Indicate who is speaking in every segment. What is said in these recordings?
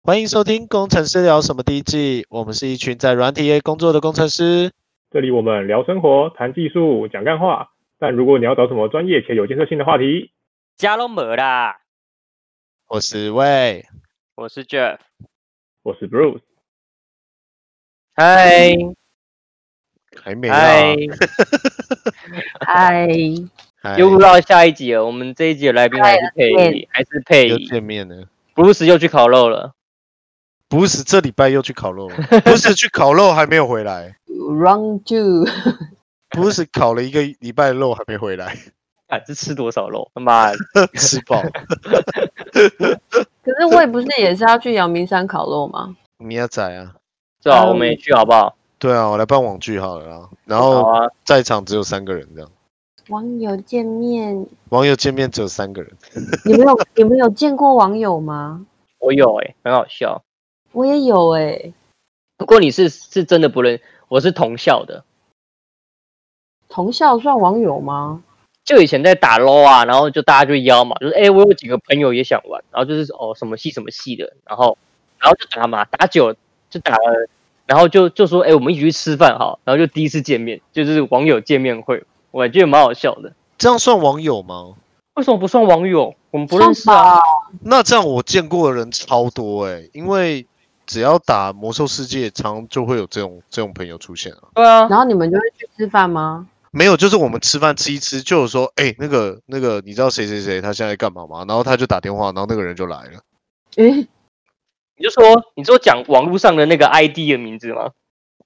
Speaker 1: 欢迎收听《工程师聊什么》第一季，我们是一群在软体业工作的工程师。
Speaker 2: 这里我们聊生活、谈技术、讲干话。但如果你要找什么专业且有建设性的话题，
Speaker 3: 家都没啦。
Speaker 1: 我是魏，
Speaker 3: 我是 Jeff，
Speaker 2: 我是 Bruce。
Speaker 3: 嗨
Speaker 1: 还没啊，
Speaker 3: 嗨
Speaker 4: 嗨，
Speaker 1: 嗨
Speaker 3: 又录到下一集了。我们这一集的来宾还是佩仪，还是佩
Speaker 1: 又
Speaker 3: 仪。
Speaker 1: 见面了。
Speaker 3: Bruce 又去烤肉了。
Speaker 1: 不是这礼拜又去 烤肉了，不是去烤肉还没有回来，
Speaker 4: Round Two，
Speaker 1: 不是烤了一个礼拜的肉还没回 来，
Speaker 3: 啊，这吃多少肉？他妈的，
Speaker 1: 吃饱。
Speaker 4: 可是我也不是也是要去阳明山烤肉吗？
Speaker 1: 你要宰啊？
Speaker 3: 最好
Speaker 4: 嗯
Speaker 3: 我们也去好不好？
Speaker 1: 对啊，我来办网剧好了啦。然
Speaker 3: 好
Speaker 1: 后
Speaker 3: 啊，
Speaker 1: 在场只有三个人这样，
Speaker 4: 网友见面，
Speaker 1: 网友见面只有三个人。
Speaker 4: 你 们有你们有见过网友吗？
Speaker 3: 我有哎、很好笑。
Speaker 4: 我也有哎、
Speaker 3: 不过你是是真的不认，我是同校的。
Speaker 4: 同校算网友吗？
Speaker 3: 就以前在打 LO 啊，然后就大家就邀嘛，就是哎、我有几个朋友也想玩，然后就是哦什么系什么系的，然后然后就打嘛，打久了就打了，然后就就说哎、我们一起去吃饭好，然后就第一次见面，就是网友见面会，我觉得蛮好笑的。
Speaker 1: 这样算网友吗？
Speaker 3: 为什么不算网友？我们不认识啊
Speaker 4: 算吧，
Speaker 1: 那这样我见过的人超多哎、因为只要打魔兽世界，常常就会有这种这种朋友出现啊。
Speaker 3: 对啊，
Speaker 4: 然后你们就会去吃饭吗？
Speaker 1: 没有，就是我们吃饭吃一吃，就有说，哎、那个那个，你知道谁谁谁他现在在干嘛吗？然后他就打电话，然后那个人就来了。
Speaker 4: 诶，
Speaker 3: 你就说你说讲网络上的那个 ID 的名字吗？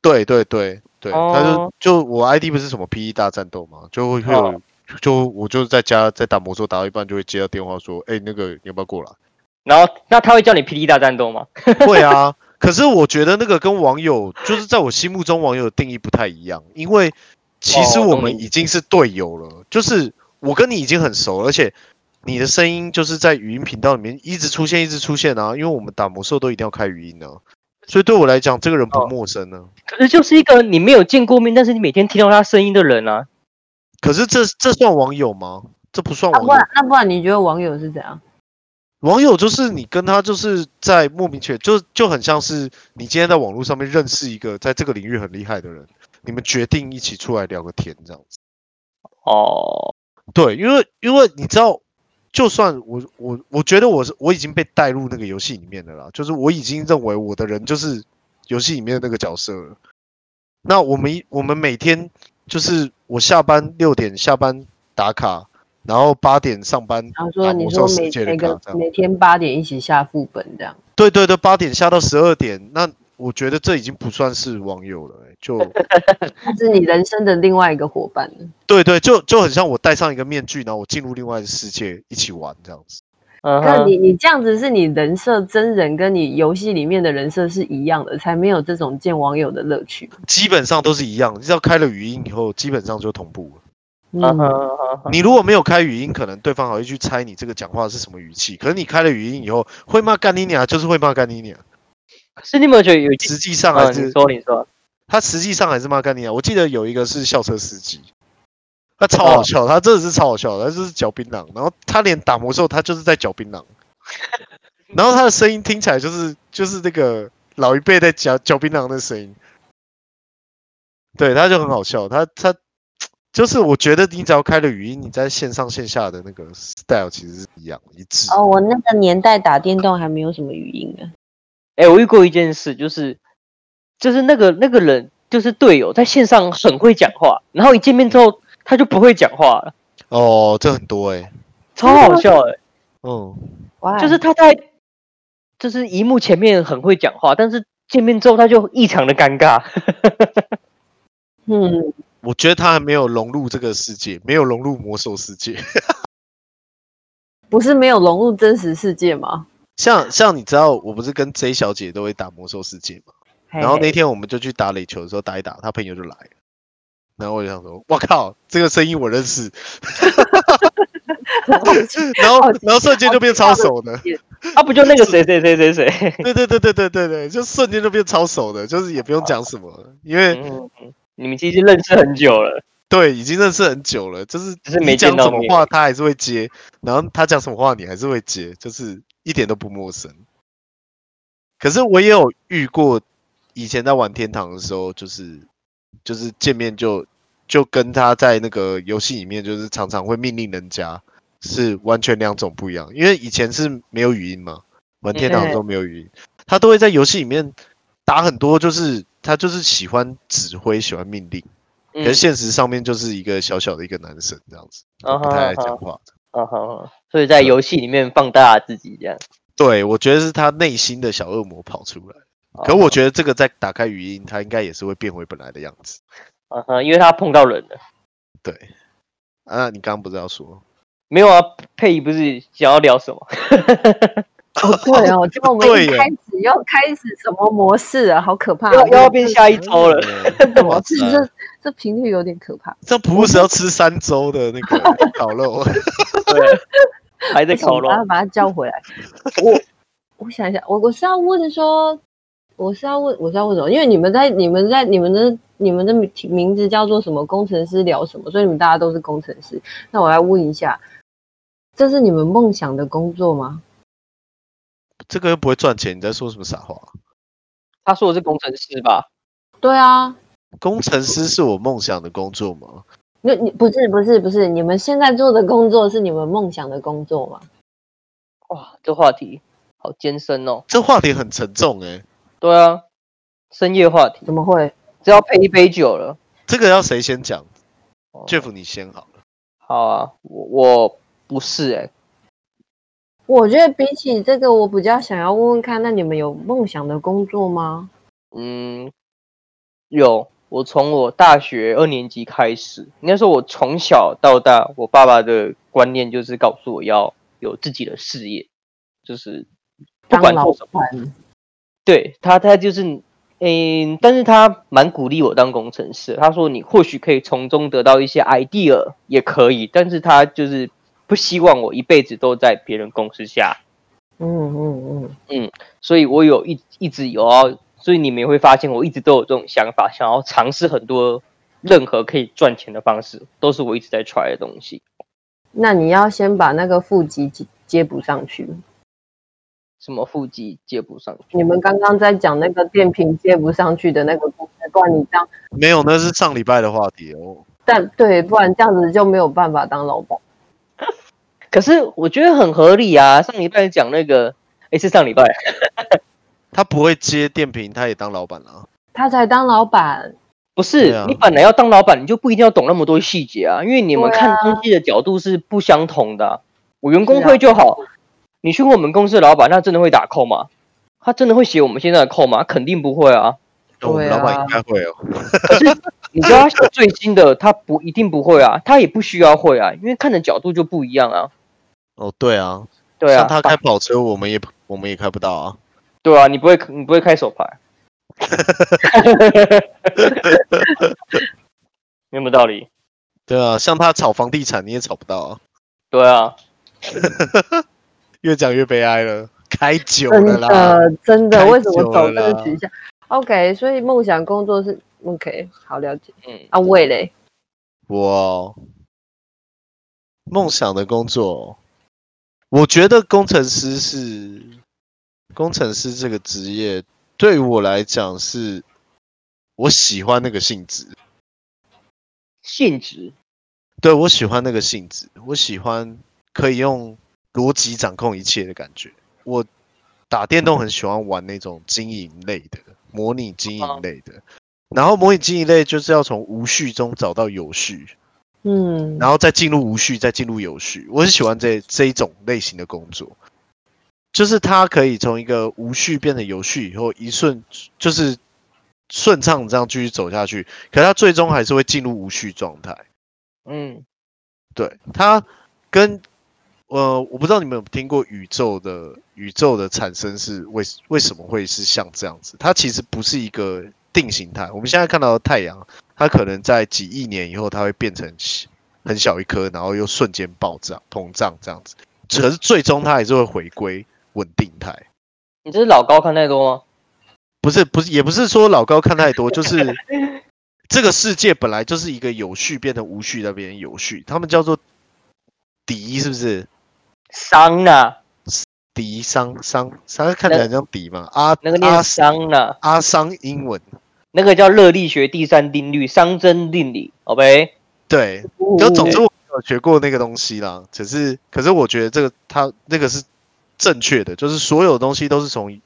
Speaker 1: 对对对对，他就
Speaker 3: 哦
Speaker 1: 就我 ID 不是什么 PE 大战斗吗？就会会有、
Speaker 3: 哦
Speaker 1: 就我就在家在打魔兽打到一半，就会接到电话说，哎、那个你要不要过来？
Speaker 3: 然后那他会叫你 PD 大战斗吗？
Speaker 1: 会啊，可是我觉得那个跟网友，就是在我心目中网友的定义不太一样，因为其实
Speaker 3: 哦
Speaker 1: 我
Speaker 3: 懂
Speaker 1: 们
Speaker 3: 你
Speaker 1: 已经是队友了，就是我跟你已经很熟了，而且你的声音就是在语音频道里面一直出现，一直出现啊，因为我们打魔兽都一定要开语音啊，所以对我来讲，这个人不
Speaker 3: 哦
Speaker 1: 陌生呢、啊。
Speaker 3: 可是就是一个你没有见过面，但是你每天听到他声音的人啊，
Speaker 1: 可是这这算网友吗？这不算
Speaker 4: 那
Speaker 1: 网
Speaker 4: 不
Speaker 1: 友，
Speaker 4: 然那不然你觉得网友是怎样？
Speaker 1: 网友就是你跟他就是在莫名其妙，就就很像是你今天在网络上面认识一个在这个领域很厉害的人，你们决定一起出来聊个天这样。
Speaker 3: 哦，
Speaker 1: 对，因为因为你知道，就算我我我觉得我是我已经被带入那个游戏里面的啦，就是我已经认为我的人就是游戏里面的那个角色了。那我们一我们每天就是我下班六点下班打卡，然后八点上班
Speaker 4: 然后
Speaker 1: 打
Speaker 4: 说你
Speaker 1: 魔
Speaker 4: 啊说
Speaker 1: 兽世
Speaker 4: 每
Speaker 1: 界
Speaker 4: 每
Speaker 1: 的卡
Speaker 4: 个
Speaker 1: 这样。
Speaker 4: 每天八点一起下副本这 样，
Speaker 1: 对对对，八点下到十二点，那我觉得这已经不算是网友了、欸 就
Speaker 4: 他是你人生的另外一个伙伴。
Speaker 1: 对对，就就很像我戴上一个面具，然后我进入另外的世界一起玩这样子。
Speaker 3: 嗯
Speaker 4: 那
Speaker 3: 哼，
Speaker 4: 你你这样子是你人设真人跟你游戏里面的人设是一样的，才没有这种见网友的乐趣。
Speaker 1: 基本上都是一样，你只要开了语音以后，基本上就同步了。
Speaker 3: 嗯哼
Speaker 4: 嗯，
Speaker 3: 嗯哼。
Speaker 1: 你如果没有开语音，可能对方还会去猜你这个讲话是什么语气。可是你开了语音以后，会骂干你娘，就是会骂干你娘。
Speaker 3: 可是你有没有觉得有一集？
Speaker 1: 实际上还
Speaker 3: 嗯，
Speaker 1: 是、
Speaker 3: 你说你说，
Speaker 1: 他实际上还是骂干你啊娘。我记得有一个是校车司机，他超好笑，他真的是超好笑的，他就是嚼槟榔，然后他连打魔兽他就是在嚼槟榔，然后他的声音听起来就是就是那个老一辈在嚼嚼槟榔的声音。对，他就很好笑，他他就是我觉得你只要开了语音，你在线上线下的那个 style 其实是一样一致。
Speaker 4: 哦，我那个年代打电动还没有什么语音呢。
Speaker 3: 哎、我遇过一件事，就是就是那个那个人，就是队友，在线上很会讲话，然后一见面之后他就不会讲话了，
Speaker 1: 哦，这很多哎、
Speaker 3: 超好笑哎、
Speaker 1: 嗯，
Speaker 4: 哇，
Speaker 3: 就是他在就是荧幕前面很会讲话，但是见面之后他就异常的尴尬。
Speaker 4: 嗯，
Speaker 1: 我觉得他还没有融入这个世界，没有融入魔兽世界。
Speaker 4: 不是没有融入真实世界吗？
Speaker 1: 像像你知道，我不是跟 J 小姐都会打魔兽世界嘛？然后
Speaker 4: 嘿
Speaker 1: 那天我们就去打垒球的时候打一打，她朋友就来了，然后我就想说，我靠，这个声音我认识，然后
Speaker 4: 好奇
Speaker 1: 然后瞬间就变超熟的，
Speaker 3: 啊，不就那个谁谁谁谁谁？
Speaker 1: 对对对对对对对，就瞬间就变超熟的，就是也不用讲什么了，因为
Speaker 3: 嗯，你们其实认识很久了，
Speaker 1: 对已经认识很久了，就是
Speaker 3: 只是
Speaker 1: 你
Speaker 3: 没
Speaker 1: 讲
Speaker 3: 见到
Speaker 1: 什么
Speaker 3: 面
Speaker 1: 话他还是会接，然后他讲什么话你还是会接，就是一点都不陌生。可是我也有遇过，以前在玩天堂的时候，就是就是见面就就跟他在那个游戏里面，就是常常会命令人家，是完全两种不一样。因为以前是没有语音嘛，玩
Speaker 3: 嗯
Speaker 1: 天堂的时候没有语音，他都会在游戏里面打很多，就是他就是喜欢指挥，喜欢命令。可
Speaker 3: 嗯
Speaker 1: 是现实上面就是一个小小的一个男生这样子，
Speaker 3: 啊
Speaker 1: 不太爱
Speaker 3: 哈
Speaker 1: 讲
Speaker 3: 哈，
Speaker 1: 话。
Speaker 3: 啊哈，所以在游戏里面放大自己这样。
Speaker 1: 对，我觉得是他内心的小恶魔跑出来。
Speaker 3: 啊
Speaker 1: 可我觉得这个在打开语音，他应该也是会变回本来的样子。
Speaker 3: 啊哈，因为他碰到人了。
Speaker 1: 对，啊，你刚刚不是要说？
Speaker 3: 没有啊，佩仪不是想要聊什么？
Speaker 4: 哦，对哦，就我们
Speaker 1: 对
Speaker 4: 一
Speaker 1: 耶
Speaker 4: 开始要开始什么模式啊，好可怕、
Speaker 3: 又
Speaker 4: 啊！
Speaker 3: 又要变下一周了。
Speaker 1: 嗯
Speaker 4: 什么
Speaker 1: 哇
Speaker 4: 事？
Speaker 1: 塞
Speaker 4: 这这频率有点可怕。
Speaker 1: 这普鲁斯要吃三周的那个烤肉，
Speaker 3: 对，还在
Speaker 4: 为什么
Speaker 3: 烤肉
Speaker 4: 我。要把它 叫回来。我我想一下，我我是要问说，我是要问我是要问什么？因为你们在你们在你们的你们的名名字叫做什么？工程师聊什么？所以你们大家都是工程师。那我来问一下，这是你们梦想的工作吗？
Speaker 1: 这个又不会赚钱，你在说什么傻话？
Speaker 3: 他说我是工程师吧？
Speaker 4: 对啊，
Speaker 1: 工程师是我梦想的工作吗？
Speaker 4: 那你不是不是不是，你们现在做的工作是你们梦想的工作吗？
Speaker 3: 哇，这话题好艰深哦。
Speaker 1: 这话题很沉重哎、
Speaker 3: 对啊，深夜话题，
Speaker 4: 怎么会？
Speaker 3: 只要配一杯酒了。
Speaker 1: 这个要谁先讲
Speaker 3: 哦
Speaker 1: ？Jeff，你先好了。
Speaker 3: 好啊，我我不是哎、
Speaker 4: 我觉得比起这个，我比较想要问问看，那你们有梦想的工作吗？
Speaker 3: 嗯，有，我从我大学二年级开始，应该说我从小到大，我爸爸的观念就是告诉我要有自己的事业，就是不
Speaker 4: 当
Speaker 3: 管
Speaker 4: 老
Speaker 3: 做什么，
Speaker 4: 板，
Speaker 3: 对他他就是。嗯，但是他蛮鼓励我当工程师的。他说你或许可以从中得到一些 idea，也可以，但是他就是不希望我一辈子都在别人公司下
Speaker 4: 嗯嗯嗯，
Speaker 3: 所以我有一一直有要，所以你们也会发现我一直都有这种想法，想要尝试很多任何可以赚钱的方式，都是我一直在 try 的东西。
Speaker 4: 那你要先把那个负极接接补上去。
Speaker 3: 什么腹肌接不上去？
Speaker 4: 你们刚刚在讲那个电瓶接不上去的那个故事，不然你这样，
Speaker 1: 没有，那是上礼拜的话题哦。
Speaker 4: 但对，不然这样子就没有办法当老 板。
Speaker 3: 可是我觉得很合理啊。上礼拜讲那个，诶，是上礼拜，啊
Speaker 1: 他不会接电瓶，他也当老板了啊。
Speaker 4: 他才当老板，
Speaker 3: 不是、
Speaker 1: 对啊
Speaker 3: 你本来要当老板，你就不一定要懂那么多细节啊，因为你们
Speaker 4: 对啊
Speaker 3: 看东西的角度是不相同的啊、我员工
Speaker 4: 是啊
Speaker 3: 会就好，你去问我们公司的老板，他真的会打扣吗？他真的会写我们现在的扣吗？肯定不会啊。
Speaker 1: 那我们
Speaker 4: 对啊
Speaker 1: 老板应该会哦。
Speaker 3: 你叫他学最新的，他不一定不会啊，他也不需要会啊，因为看的角度就不一样啊。
Speaker 1: 哦，对啊，
Speaker 3: 对啊
Speaker 1: 像，他开跑车，我们也我们也开不到啊。
Speaker 3: 对啊，你不会你不会开手 牌， 有没有道理？
Speaker 1: 对啊，像他炒房地产，你也炒不到啊。
Speaker 3: 对啊，
Speaker 1: 越讲越悲哀了，开久
Speaker 4: 真
Speaker 1: 了啦。
Speaker 4: 的真的，
Speaker 1: 太
Speaker 4: 为什么
Speaker 1: 久
Speaker 4: 走
Speaker 1: 了
Speaker 4: 这个
Speaker 1: 啦
Speaker 4: 取向？OK，所以梦想工作是 OK，好了解。
Speaker 3: 嗯，
Speaker 4: 啊，魏嘞，
Speaker 1: 我哦梦想的工作，哦我觉得工程师是工程师这个职业对我来讲是，我喜欢那个性质，
Speaker 3: 性质
Speaker 1: 对我喜欢那个性质，我喜欢可以用逻辑掌控一切的感觉。我打电动很喜欢玩那种经营类的，模拟经营类的。然后模拟经营类就是要从无序中找到有序，
Speaker 4: 嗯，
Speaker 1: 然后再进入无序，再进入有序。我很喜欢这这一种类型的工作，就是它可以从一个无序变成有序以后，一顺就是顺畅这样继续走下去，可它最终还是会进入无序状态。
Speaker 3: 嗯，
Speaker 1: 对，它跟呃，我不知道你们有听过宇宙的宇宙的产生是为为什么会是像这样子？它其实不是一个定型态。我们现在看到的太阳，它可能在几亿年以后，它会变成小很小一颗，然后又瞬间爆炸膨胀这样子。可是最终它还是会回归稳定态。
Speaker 3: 你这是老高看太多吗？
Speaker 1: 不是不是，也不是说老高看太多，就是这个世界本来就是一个有序变成无序那边有序，他们叫做敌，是不是？
Speaker 3: 伤啊，
Speaker 1: 迪商商商看起来像迪嘛，阿
Speaker 3: 那个
Speaker 1: 阿
Speaker 3: 念商啦，
Speaker 1: 阿商英文
Speaker 3: 那个叫热力学第三定律，熵增定理，OK？
Speaker 1: 对，
Speaker 3: 哦
Speaker 4: 嗯
Speaker 1: 就总之我有学过那个东西啦，只是可是我觉得这个它那个是正确的，就是所有东西都是从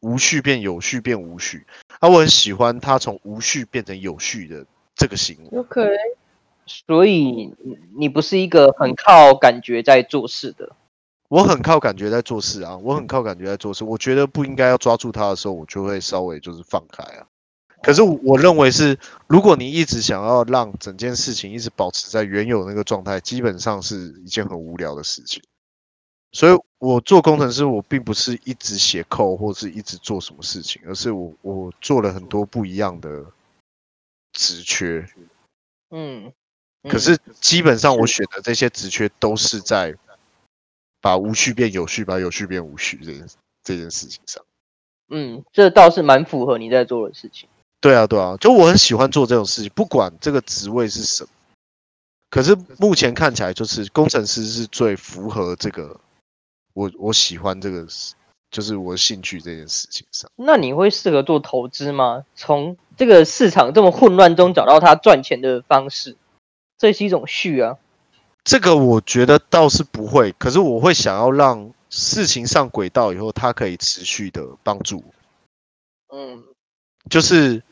Speaker 1: 无序变有序变无序，啊，我很喜欢它从无序变成有序的这个行为。
Speaker 4: 有可能
Speaker 3: 所以你不是一个很靠感觉在做事的，
Speaker 1: 我很靠感觉在做事啊，我很靠感觉在做事。我觉得不应该要抓住它的时候，我就会稍微就是放开啊。可是我我认为是，如果你一直想要让整件事情一直保持在原有那个状态，基本上是一件很无聊的事情。所以我做工程师，我并不是一直写扣或是一直做什么事情，而是我我做了很多不一样的职缺。
Speaker 3: 嗯。
Speaker 1: 可
Speaker 3: 嗯
Speaker 1: 是基本上我选的这些职缺都是在把无序变有序，把有序变无序这件这件事情上。
Speaker 3: 嗯，这倒是蛮符合你在做的事情。
Speaker 1: 对啊，对啊，就我很喜欢做这种事情，不管这个职位是什么。可是目前看起来，就是工程师是最符合这个我我喜欢这个，就是我的兴趣这件事情上。
Speaker 3: 那你会适合做投资吗？从这个市场这么混乱中找到它赚钱的方式，这是一种序啊。
Speaker 1: 这个我觉得倒是不会，可是我会想要让事情上轨道以后，它可以持续的帮助我。
Speaker 3: 嗯，
Speaker 1: 就是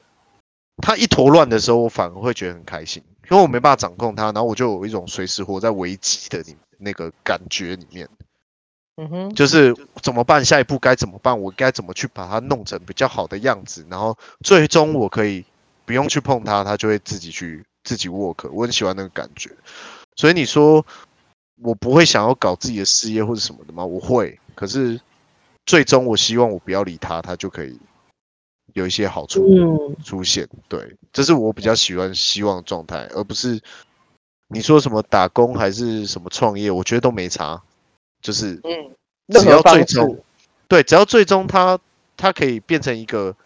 Speaker 1: 它一坨乱的时候，我反而会觉得很开心，因为我没办法掌控它，然后我就有一种随时活在危机的里那个感觉里面，
Speaker 3: 嗯哼，
Speaker 1: 就是怎么办，下一步该怎么办，我该怎么去把它弄成比较好的样子，然后最终我可以不用去碰它，它就会自己去自己 work。我很喜欢那个感觉，所以你说我不会想要搞自己的事业或者什么的吗？我会，可是最终我希望我不要理它，它就可以有一些好处。
Speaker 4: 嗯，
Speaker 1: 出现。对，这是我比较喜欢希望的状态，而不是你说什么打工还是什么创业，我觉得都没差，就是
Speaker 3: 嗯，任
Speaker 1: 只要
Speaker 3: 何
Speaker 1: 最
Speaker 3: 方式，
Speaker 1: 终对，只要最终它它可以变成一个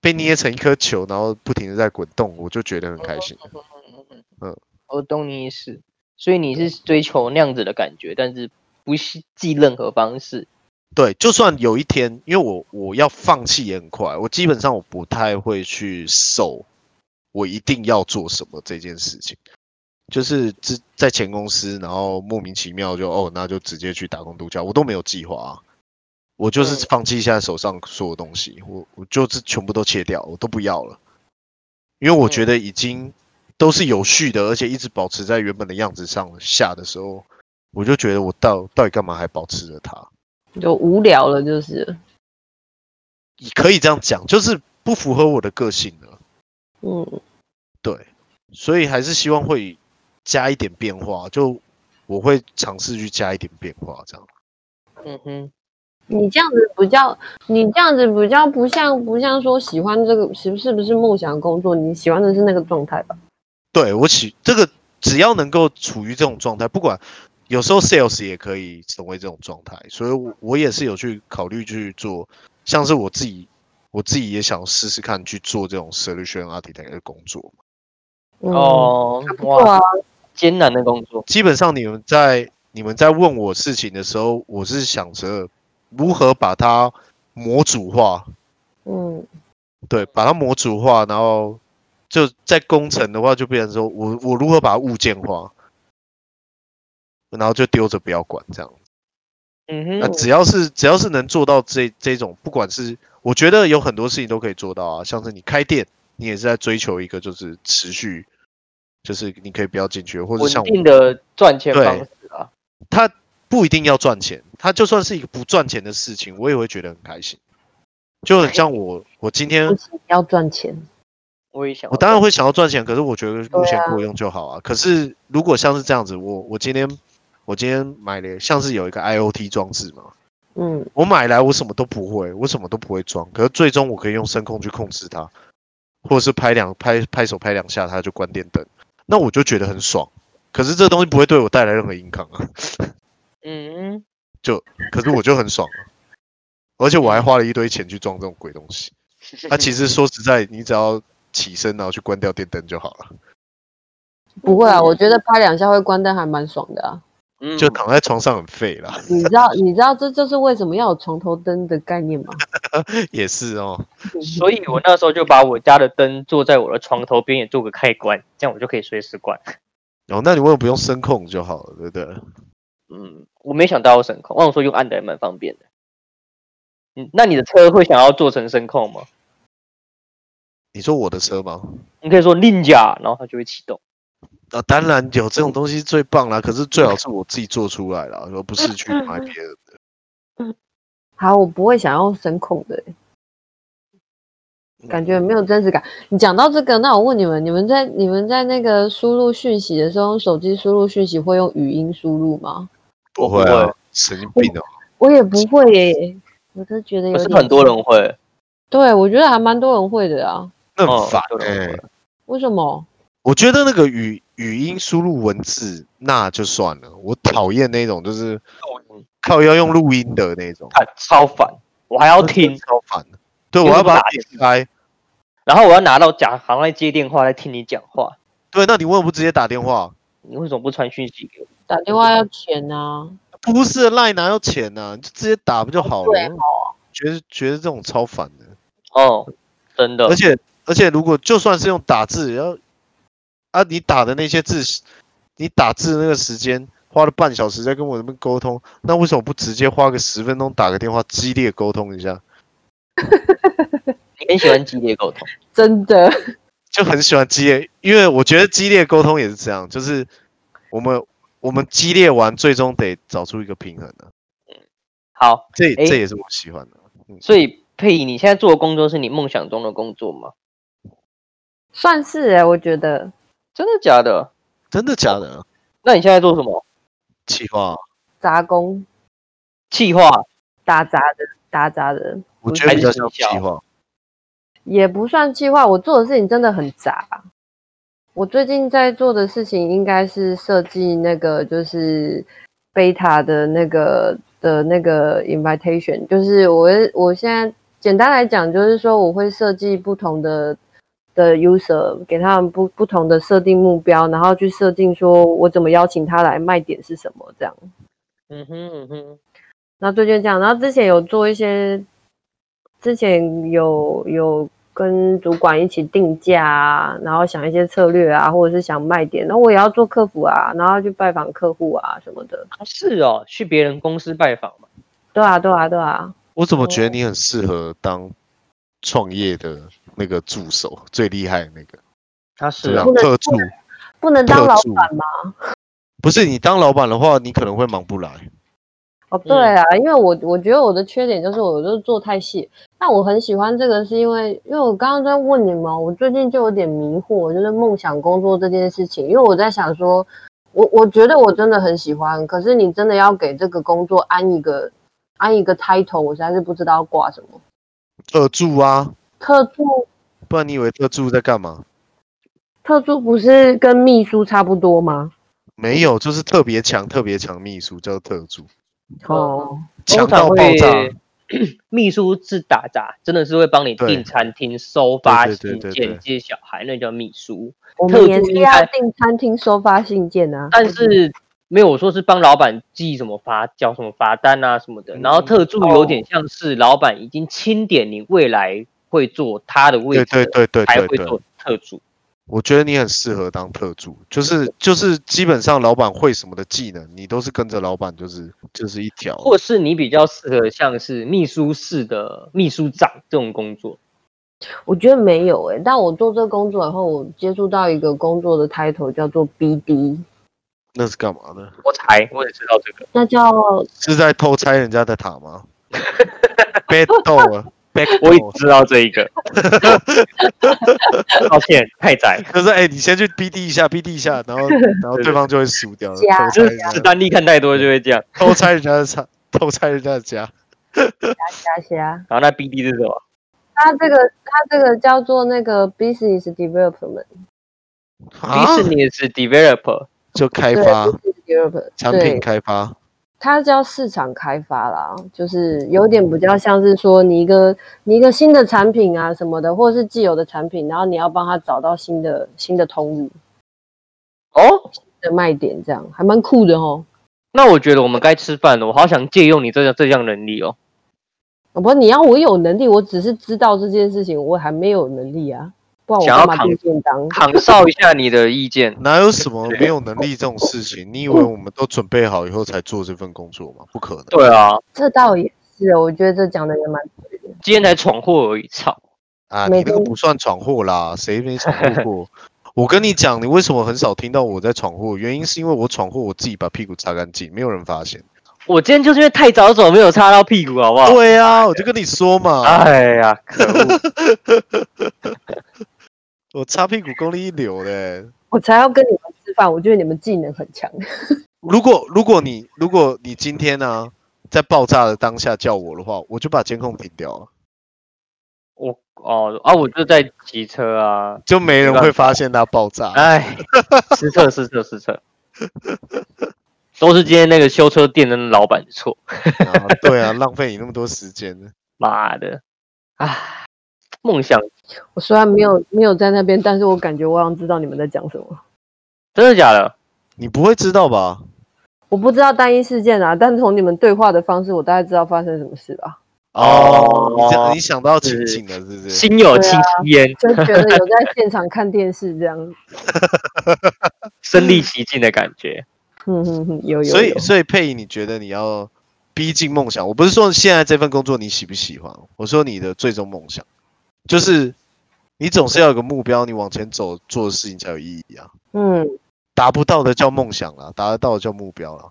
Speaker 1: 被捏成一颗球，然后不停的在滚动，我就觉得很开心。嗯
Speaker 3: 我嗯哦懂你意思。所以你是追求那样子的感觉，但是不是记任何方式。
Speaker 1: 对，就算有一天，因为我我要放弃也很快，我基本上我不太会去受我一定要做什么这件事情，就是之在前公司，然后莫名其妙就哦，那就直接去打工度假，我都没有计划、啊，我就是
Speaker 3: 嗯
Speaker 1: 放弃一下手上所有东西，我我就是全部都切掉，我都不要了，因为我觉
Speaker 3: 嗯
Speaker 1: 得已经都是有序的，而且一直保持在原本的样子上下的时候，我就觉得我到到底干嘛还保持着它。
Speaker 4: 就无聊了，就是，
Speaker 1: 也可以这样讲，就是不符合我的个性了。
Speaker 4: 嗯，
Speaker 1: 对，所以还是希望会加一点变化，就我会尝试去加一点变化，这样。
Speaker 3: 嗯哼，
Speaker 4: 你这样子比较，你这样子比较不像不像说喜欢这个是是不是梦想工作？你喜欢的是那个状态吧？
Speaker 1: 对我喜这个，只要能够处于这种状态，不管有时候 sales 也可以成为这种状态，所以我我也是有去考虑去做，像是我自己，我自己也想试试看去做这种 solution architect 的工作。
Speaker 4: 嗯、，
Speaker 3: 哦，
Speaker 4: 不错啊
Speaker 3: 哇，，艰难的工作。
Speaker 1: 基本上你们在你们在问我事情的时候，我是想着如何把它模组化，
Speaker 4: 嗯，
Speaker 1: 对，把它模组化，然后就在工程的话，就变成说我我如何把它物件化，然后就丢着不要管这样。
Speaker 3: 嗯
Speaker 1: 那
Speaker 3: 哼，
Speaker 1: 只要是只要是能做到这这种，不管是我觉得有很多事情都可以做到啊，像是你开店，你也是在追求一个就是持续，就是你可以不要进去，或者
Speaker 3: 稳
Speaker 1: 像我
Speaker 3: 定的赚钱
Speaker 1: 对
Speaker 3: 方式啊。
Speaker 1: 他不一定要赚钱，他就算是一个不赚钱的事情，我也会觉得很开心。就很像我，我今天
Speaker 4: 不行，要赚钱，
Speaker 3: 我也想要
Speaker 1: 我
Speaker 3: 这样，
Speaker 1: 当然会想要赚钱，可是我觉得目前
Speaker 4: 对啊
Speaker 1: 够用就好啊。可是如果像是这样子，我我今天我今天买了像是有一个 IOT 装置嘛，
Speaker 4: 嗯，
Speaker 1: 我买来我什么都不会，我什么都不会装，可是最终我可以用声控去控制它，或者是拍两拍拍手拍两下它就关电灯，那我就觉得很爽。可是这东西不会对我带来任何 income 啊。
Speaker 3: 嗯
Speaker 1: 可是我就很爽啊、而且我还花了一堆钱去装这种鬼东西。
Speaker 3: 哼，
Speaker 1: 那、其实说实在，你只要起身然后去关掉电灯就好了。
Speaker 4: 不会啊，我觉得拍两下会关灯还蛮爽的啊。
Speaker 3: 嗯，
Speaker 1: 就躺在床上很废啦，
Speaker 4: 你知道你知道这就是为什么要有床头灯的概念吗？
Speaker 1: 也是哦。
Speaker 3: 所以我那时候就把我家的灯做在我的床头边，也做个开关，这样我就可以随时关。
Speaker 1: 哦，那你为什么不用声控就好了，对不对？
Speaker 3: 嗯，我没想到要声控，忘了说用按的也蛮方便的。嗯，那你的车会想要做成声控吗？
Speaker 1: 你说我的车吗？
Speaker 3: 你可以说 Ninja，然后它就会启动。
Speaker 1: 啊，当然有这种东西最棒啦，可是最好是我自己做出来啦，而不是去买别人的。
Speaker 4: 好，我不会想要声控的、
Speaker 3: 嗯
Speaker 4: 感觉
Speaker 1: 嗯
Speaker 4: 没有真实感。你讲到这个，那我问你们，你们在你们在那个输入讯息的时候，用手机输入讯息会用语音输入吗？
Speaker 1: 不会
Speaker 3: 我不
Speaker 1: 啊
Speaker 3: 会，
Speaker 1: 神经病哦！
Speaker 4: 我也不会耶、我真的觉得有
Speaker 3: 可
Speaker 4: 点
Speaker 3: 是很多人会，
Speaker 4: 对我觉得还蛮多人会的啊。
Speaker 1: 那
Speaker 3: 哦
Speaker 1: 很烦
Speaker 3: 对
Speaker 1: 哎、
Speaker 3: 对
Speaker 4: 为什么？
Speaker 1: 我觉得那个语语音输入文字那就算了，我讨厌那种就是靠要用录音的那种，
Speaker 3: 看超烦，我还要听，
Speaker 1: 超烦的。对，
Speaker 3: 因
Speaker 1: 我
Speaker 3: 为
Speaker 1: 要
Speaker 3: 不
Speaker 1: 把它
Speaker 3: 打
Speaker 1: 点开。
Speaker 3: 然后我要拿到假行来接电话来听你讲话。
Speaker 1: 对，那你为什么不直接打电话？
Speaker 3: 你为什么不传讯息给我？
Speaker 4: 打电话要钱啊？
Speaker 1: 不是赖哪有钱呐、你就直接打不就好了？
Speaker 4: 对
Speaker 1: 我觉得觉得这种超烦的，
Speaker 3: 哦，真的
Speaker 1: 而，且而且如果就算是用打字，也要啊你打的那些字，你打字那个时间花了半小时在跟我这边沟通，那为什么不直接花个十分钟打个电话激烈沟通一下？
Speaker 3: 你很喜欢激烈沟通，
Speaker 4: 真的，
Speaker 1: 就很喜欢激烈，因为我觉得激烈沟通也是这样，就是我们我们激烈完，最终得找出一个平衡的、
Speaker 3: 好，
Speaker 1: 这
Speaker 3: 诶
Speaker 1: 这也是我喜欢的。嗯
Speaker 3: 所以佩仪，你现在做的工作是你梦想中的工作吗？
Speaker 4: 算是哎、我觉得
Speaker 3: 真的假的？
Speaker 1: 真的假的？
Speaker 3: 那你现在做什么？
Speaker 1: 气话，
Speaker 4: 杂工
Speaker 3: 企划
Speaker 4: 打杂的打杂的
Speaker 1: 我
Speaker 4: 不
Speaker 1: 觉得
Speaker 4: 是
Speaker 1: 比较像气
Speaker 3: 还是营
Speaker 1: 话。
Speaker 4: 也不算计划，我做的事情真的很杂。我最近在做的事情应该是设计那个就是贝塔的那个的那个 invitation，就是我会我现在简单来讲就是说我会设计不同的的 user，给他们不不同的设定目标，然后去设定说我怎么邀请他来，卖点是什么这样。
Speaker 3: 嗯哼嗯哼，
Speaker 4: 然后最近这样，然后之前有做一些，之前有有跟主管一起定价啊，然后想一些策略啊，或者是想卖点，那我也要做客服啊，然后去拜访客户啊什么的。
Speaker 3: 啊是哦，去别人公司拜访嘛。
Speaker 4: 对啊，对啊，对啊，
Speaker 1: 我怎么觉得你很适合当创业的那个助手，最厉害的那个，
Speaker 3: 他
Speaker 1: 是
Speaker 3: 是
Speaker 1: 不是
Speaker 3: 啊
Speaker 1: 啊
Speaker 4: 不能
Speaker 1: 特助？
Speaker 4: 不能当
Speaker 1: 特
Speaker 4: 老
Speaker 1: 助
Speaker 4: 板吗？
Speaker 1: 不是你当老板的话，你可能会忙不来。
Speaker 4: 哦，对啊，因为我我觉得我的缺点就是我就是做太细。那我很喜欢这个，是因为因为我刚刚在问你们，哦我最近就有点迷惑，就是梦想工作这件事情，因为我在想说，我我觉得我真的很喜欢，可是你真的要给这个工作安一个安一个 title，我实在是不知道要挂什么
Speaker 1: 特助啊，
Speaker 4: 特助。
Speaker 1: 不然你以为特助在干嘛？
Speaker 4: 特助不是跟秘书差不多吗？
Speaker 1: 没有，就是特别强、特别强秘书叫特助，
Speaker 4: 哦，
Speaker 1: 强
Speaker 3: 通
Speaker 1: 到爆
Speaker 3: 常会
Speaker 1: 炸。
Speaker 3: 秘书是打杂，真的是会帮你
Speaker 1: 对
Speaker 3: 订餐厅、收发
Speaker 1: 对对
Speaker 3: 信
Speaker 1: 对对对
Speaker 3: 件、接小孩，那叫秘书。
Speaker 4: 我
Speaker 3: 特
Speaker 4: 们
Speaker 3: 助
Speaker 4: 也是
Speaker 3: 应
Speaker 4: 要
Speaker 3: 该
Speaker 4: 订餐厅收发信件啊。
Speaker 3: 但是没有我说是帮老板记什么罚、缴什么罚单啊什么的。
Speaker 1: 嗯
Speaker 3: 然后特助有点像是老板已经清点你未来会做他的位
Speaker 1: 对
Speaker 3: 置，
Speaker 1: 对对对
Speaker 3: 才
Speaker 1: 对
Speaker 3: 会
Speaker 1: 对，
Speaker 3: 做特助。
Speaker 1: 我觉得你很适合当特助，就是就是基本上老板会什么的技能，你都是跟着老板，就是就是一条。
Speaker 3: 或是你比较适合像是秘书室的秘书长这种工作，
Speaker 4: 我觉得没有诶、但我做这个工作以后，我接触到一个工作的 title 叫做 BD，
Speaker 1: 那是干嘛的？
Speaker 3: 我才我也知道这个。
Speaker 4: 那叫
Speaker 1: 是在偷拆人家的塔吗？battle 啊，battle，
Speaker 3: 我也知道这一个， 抱歉，太窄。
Speaker 1: 就是哎、你先去 BD 一下，BD 一下，然后 然后对方就会输掉，偷
Speaker 4: 加
Speaker 1: 拆人
Speaker 3: 史
Speaker 1: 家，
Speaker 3: 丹利看太多就会这样。
Speaker 1: 偷拆人家的家，偷拆人家的 家。
Speaker 4: 虾虾，
Speaker 3: 然后那 BD 是什么？
Speaker 4: 它这个它这个叫做那个 business development，
Speaker 1: 啊
Speaker 3: 迪士，尼是 developer，
Speaker 1: 就开
Speaker 4: 对
Speaker 1: 发
Speaker 4: business development，
Speaker 1: 产
Speaker 4: 对
Speaker 1: 品开发，
Speaker 4: 它叫市场开发啦，就是有点比较像是说你一个你一个新的产品啊什么的，或者是既有的产品，然后你要帮他找到新的新的通路
Speaker 3: 哦，
Speaker 4: 的卖点，这样还蛮酷的哦。
Speaker 3: 那我觉得我们该吃饭了，我好想借用你这样这样能力哦。
Speaker 4: 我不，你要我有能力，我只是知道这件事情，我还没有能力啊，不然我
Speaker 3: 想要
Speaker 4: 干嘛
Speaker 3: 扛
Speaker 4: 变便当？
Speaker 3: 扛哨一下你的意见，
Speaker 1: 哪有什么没有能力这种事情？你以为我们都准备好以后才做这份工作吗？不可能。
Speaker 3: 对啊，
Speaker 4: 这倒也是，哦我觉得这讲的也蛮对的。
Speaker 3: 今天才闯祸而已，操！
Speaker 1: 啊，
Speaker 4: 每
Speaker 1: 你那个
Speaker 4: 天
Speaker 1: 不算闯祸啦，谁没闯祸 过？我跟你讲，你为什么很少听到我在闯祸？原因是因为我闯祸，我自己把屁股擦干净，没有人发现。
Speaker 3: 我今天就是因为太早走，没有擦到屁股，好不好？
Speaker 1: 对啊，我就跟你说嘛，
Speaker 3: 哎呀，可恶！
Speaker 1: 我擦屁股功力一流的欸、
Speaker 4: 我才要跟你们吃饭，我觉得你们技能很强。
Speaker 1: 如果如果你如果你今天呢、在爆炸的当下叫我的话，我就把监控停掉了，
Speaker 3: 我哦啊，我就在骑车啊。
Speaker 1: 就没人会发现它爆炸。
Speaker 3: 哎，失策失策失策，都是今天那个修车店的老板的错。
Speaker 1: 啊对啊，浪费你那么多时间。
Speaker 3: 妈的，啊，梦想
Speaker 4: 我虽然没有没有在那边，但是我感觉我好像知道你们在讲什么。
Speaker 3: 真的假的？
Speaker 1: 你不会知道吧？
Speaker 4: 我不知道单一事件啊，但从你们对话的方式，我大概知道发生什么事吧。
Speaker 1: 哦，你
Speaker 3: 哦
Speaker 1: 想你想到情
Speaker 3: 是
Speaker 1: 景了是不是？
Speaker 3: 心有戚戚焉，
Speaker 4: 就觉得有在现场看电视这样，
Speaker 3: 身临其境的感觉。
Speaker 4: 哼哼哼，有有有。
Speaker 1: 所以所以佩仪，你觉得你要逼近梦想？我不是说现在这份工作你喜不喜欢，我说你的最终梦想，就是你总是要有个目标，你往前走做的事情才有意义啊。
Speaker 4: 嗯
Speaker 1: 达不到的叫梦想啦，达得到的叫目标啦。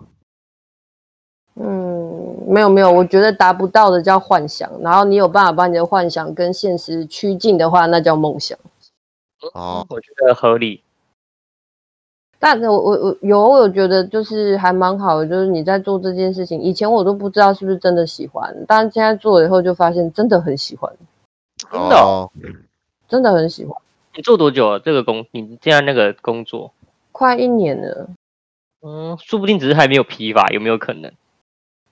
Speaker 4: 嗯，没有没有，我觉得达不到的叫幻想，然后你有办法把你的幻想跟现实趋近的话，那叫梦想。
Speaker 1: 哦，
Speaker 3: 嗯我觉得合理。
Speaker 4: 但我我我有，我有觉得就是还蛮好的，就是你在做这件事情，以前我都不知道是不是真的喜欢，但现在做了以后就发现真的很喜欢，
Speaker 3: 真的哦
Speaker 1: 哦
Speaker 4: 真的很喜欢，
Speaker 3: 你做多久了？这个工，你这样那个工作，
Speaker 4: 快一年了。
Speaker 3: 嗯，说不定只是还没有批发，有没有可能？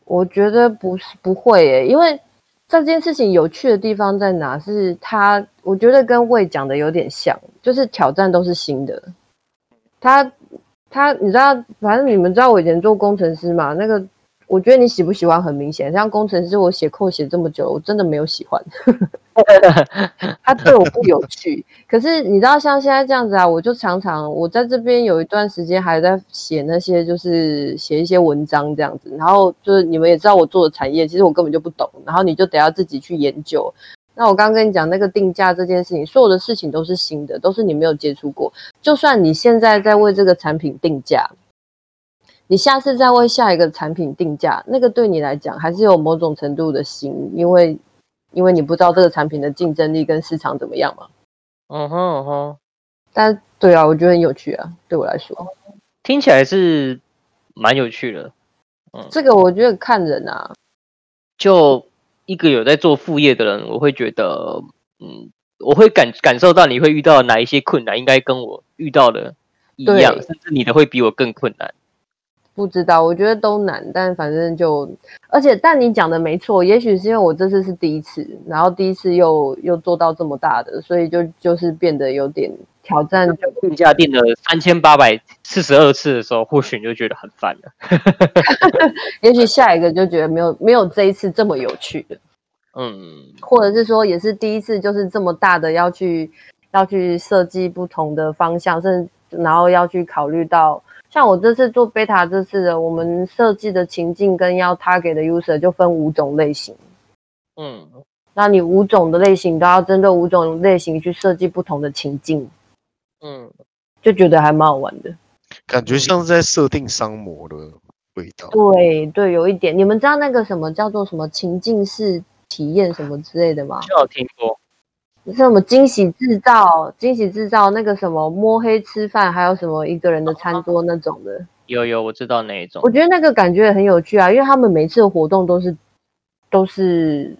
Speaker 4: 我觉得不是不会耶、因为这件事情有趣的地方在哪？是它，我觉得跟魏讲的有点像，就是挑战都是新的。他他，你知道，反正你们知道我以前做工程师嘛，那个我觉得你喜不喜欢很明显。像工程师，我写扣写这么久，我真的没有喜欢， 他对我不有趣。可是你知道，像现在这样子啊，我就常常我在这边有一段时间还在写那些，就是写一些文章这样子。然后就是你们也知道我做的产业，其实我根本就不懂，然后你就得要自己去研究。那我刚刚跟你讲那个定价这件事情，所有的事情都是新的，都是你没有接触过。就算你现在在为这个产品定价，你下次再为下一个产品定价，那个对你来讲还是有某种程度的新，因为因为你不知道这个产品的竞争力跟市场怎么样嘛。
Speaker 3: 嗯哼嗯哼，
Speaker 4: 但对啊，我觉得很有趣啊，对我来说，
Speaker 3: 听起来是蛮有趣的。
Speaker 4: 这个我觉得看人啊，
Speaker 3: 就一个有在做副业的人，我会觉得，嗯，我会感感受到你会遇到哪一些困难，应该跟我遇到的一
Speaker 4: 对
Speaker 3: 样，甚至你的会比我更困难。
Speaker 4: 不知道，我觉得都难，但反正就，而且但你讲的没错，也许是因为我这次是第一次，然后第一次又又做到这么大的，所以就就是变得有点挑战就
Speaker 3: 定价定了三千八百四十二次的时候，或许你就觉得很烦了。
Speaker 4: 也许下一个就觉得没有没有这一次这么有趣了，
Speaker 3: 嗯，
Speaker 4: 或者是说也是第一次就是这么大的要去要去设计不同的方向，甚至然后要去考虑到，像我这次做贝塔这次的，我们设计的情境跟要他给的 user 就分五种类型，
Speaker 3: 嗯，
Speaker 4: 那你五种的类型都要针对五种类型去设计不同的情境，
Speaker 3: 嗯，
Speaker 4: 就觉得还蛮好玩的。
Speaker 1: 感觉像是在设定商模的味道。
Speaker 4: 对对，有一点，你们知道那个什么叫做什么情境式体验什么之类的吗？
Speaker 3: 就有听过，
Speaker 4: 是什么惊喜制造、惊喜制造那个什么摸黑吃饭，还有什么一个人的餐桌那种的，
Speaker 3: 有有，我知道那一种
Speaker 4: 我。觉得那个感觉也很有趣啊，因为他们每次的活动都是都是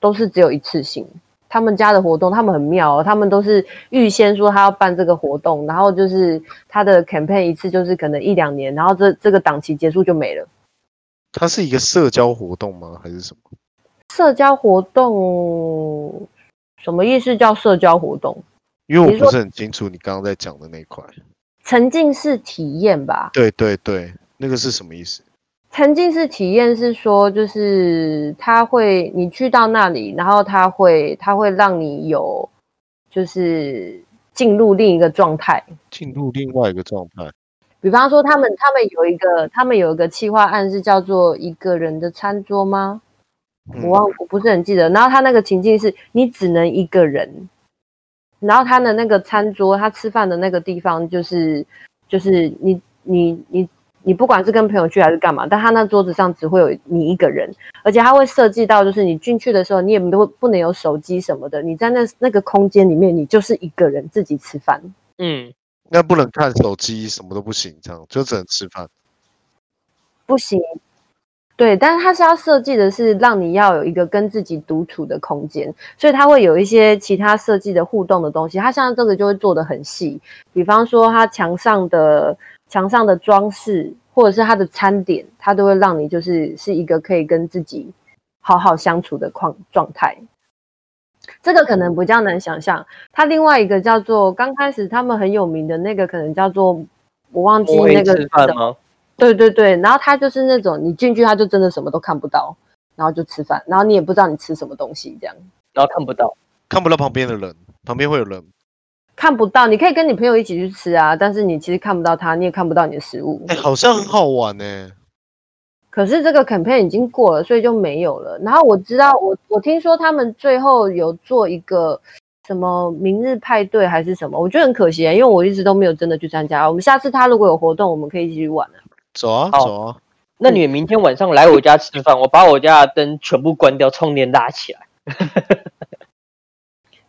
Speaker 4: 都是只有一次性。他们家的活动，他们很妙、哦，他们都是预先说他要办这个活动，然后就是他的 campaign 一次就是可能一两年，然后这这个档期结束就没了。
Speaker 1: 它是一个社交活动吗？还是什么？
Speaker 4: 社交活动什么意思？叫社交活动？
Speaker 1: 因为
Speaker 4: 你
Speaker 1: 我
Speaker 4: 说
Speaker 1: 不是很清楚你刚刚在讲的那一块。
Speaker 4: 沉浸式体验吧？
Speaker 1: 对对对，那个是什么意思？
Speaker 4: 沉浸式体验是说，就是它会，你去到那里，然后它会，它会让你有，就是进入另一个状态。
Speaker 1: 进入另外一个状态。
Speaker 4: 比方说，他们他们有一个，他们有一个企划案是叫做一个人的餐桌吗？
Speaker 1: 嗯
Speaker 4: 我忘，我不是很记得。然后他那个情境是你只能一个人，然后他的那个餐桌，他吃饭的那个地方就是就是你你你你不管是跟朋友去还是干嘛，但他那桌子上只会有你一个人，而且他会设计到就是你进去的时候，你也不不能有手机什么的，你在那那个空间里面，你就是一个人自己吃饭。
Speaker 3: 嗯，
Speaker 1: 那不能看手机，什么都不行，这样就只能吃饭。
Speaker 4: 不行。对，但是它是要设计的是让你要有一个跟自己独处的空间，所以它会有一些其他设计的互动的东西。它像这个就会做的很细，比方说它墙上的墙上的装饰，或者是它的餐点，它都会让你就是是一个可以跟自己好好相处的况状态。这个可能比较难想象。它另外一个叫做刚开始他们很有名的那个，可能叫做我忘记
Speaker 3: 摸黑
Speaker 4: 那个
Speaker 3: 吃饭吗？
Speaker 4: 对对对，然后他就是那种你进去他就真的什么都看不到，然后就吃饭，然后你也不知道你吃什么东西，这样
Speaker 3: 然后看不
Speaker 4: 嗯
Speaker 3: 到，
Speaker 1: 看不到旁边的人，旁边会有人。
Speaker 4: 看不到。你可以跟你朋友一起去吃啊，但是你其实看不到他，你也看不到你的食物。
Speaker 1: 哎、好像很好玩呢、
Speaker 4: 可是这个 campaign 已经过了，所以就没有了。然后我知道，我我听说他们最后有做一个什么明日派对还是什么，我觉得很可惜、啊，因为我一直都没有真的去参加。我们下次他如果有活动，我们可以一起去玩啊。
Speaker 1: 走啊
Speaker 3: 好
Speaker 1: 走啊，
Speaker 3: 那你们明天晚上来我家吃饭，我把我家的灯全部关掉，窗帘拉起来。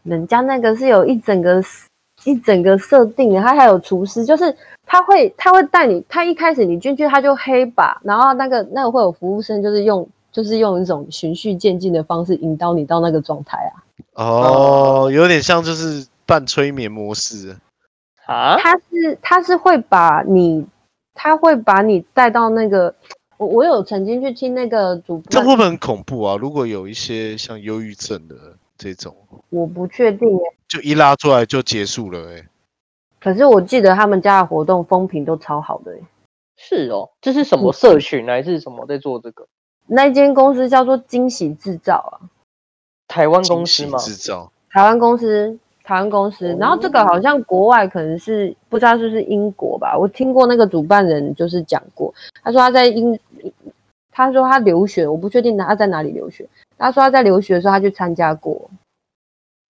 Speaker 4: 人家那个是有一整个 s- 一整个设定的，它还有厨师，就是他会他会带你，他一开始你进去他就黑吧，然后那个那个会有服务生，就是用就是用一种循序渐进的方式引导你到那个状态啊。
Speaker 1: 哦，有点像就是半催眠模式。
Speaker 3: 啊，
Speaker 4: 他是他是会把你他会把你带到那个，我我有曾经去听那个主
Speaker 1: 这
Speaker 4: 播，
Speaker 1: 会不会很恐怖啊？如果有一些像忧郁症的这种，
Speaker 4: 我不确定耶，
Speaker 1: 就一拉出来就结束了、欸，
Speaker 4: 可是我记得他们家的活动风评都超好的耶。
Speaker 3: 是哦，这是什么社群还是什么在做这个？
Speaker 4: 那间公司叫做惊喜制造啊，
Speaker 3: 台湾公
Speaker 1: 惊
Speaker 3: 司
Speaker 1: 喜
Speaker 3: 吗？
Speaker 1: 制造。
Speaker 4: 台湾公司，台湾公司。
Speaker 3: 哦
Speaker 4: 然后这个好像国外可能是不知道是不是英国吧，我听过那个主办人就是讲过，他说他在英，他说他留学，我不确定他在哪里留学。他说他在留学的时候他去参加过，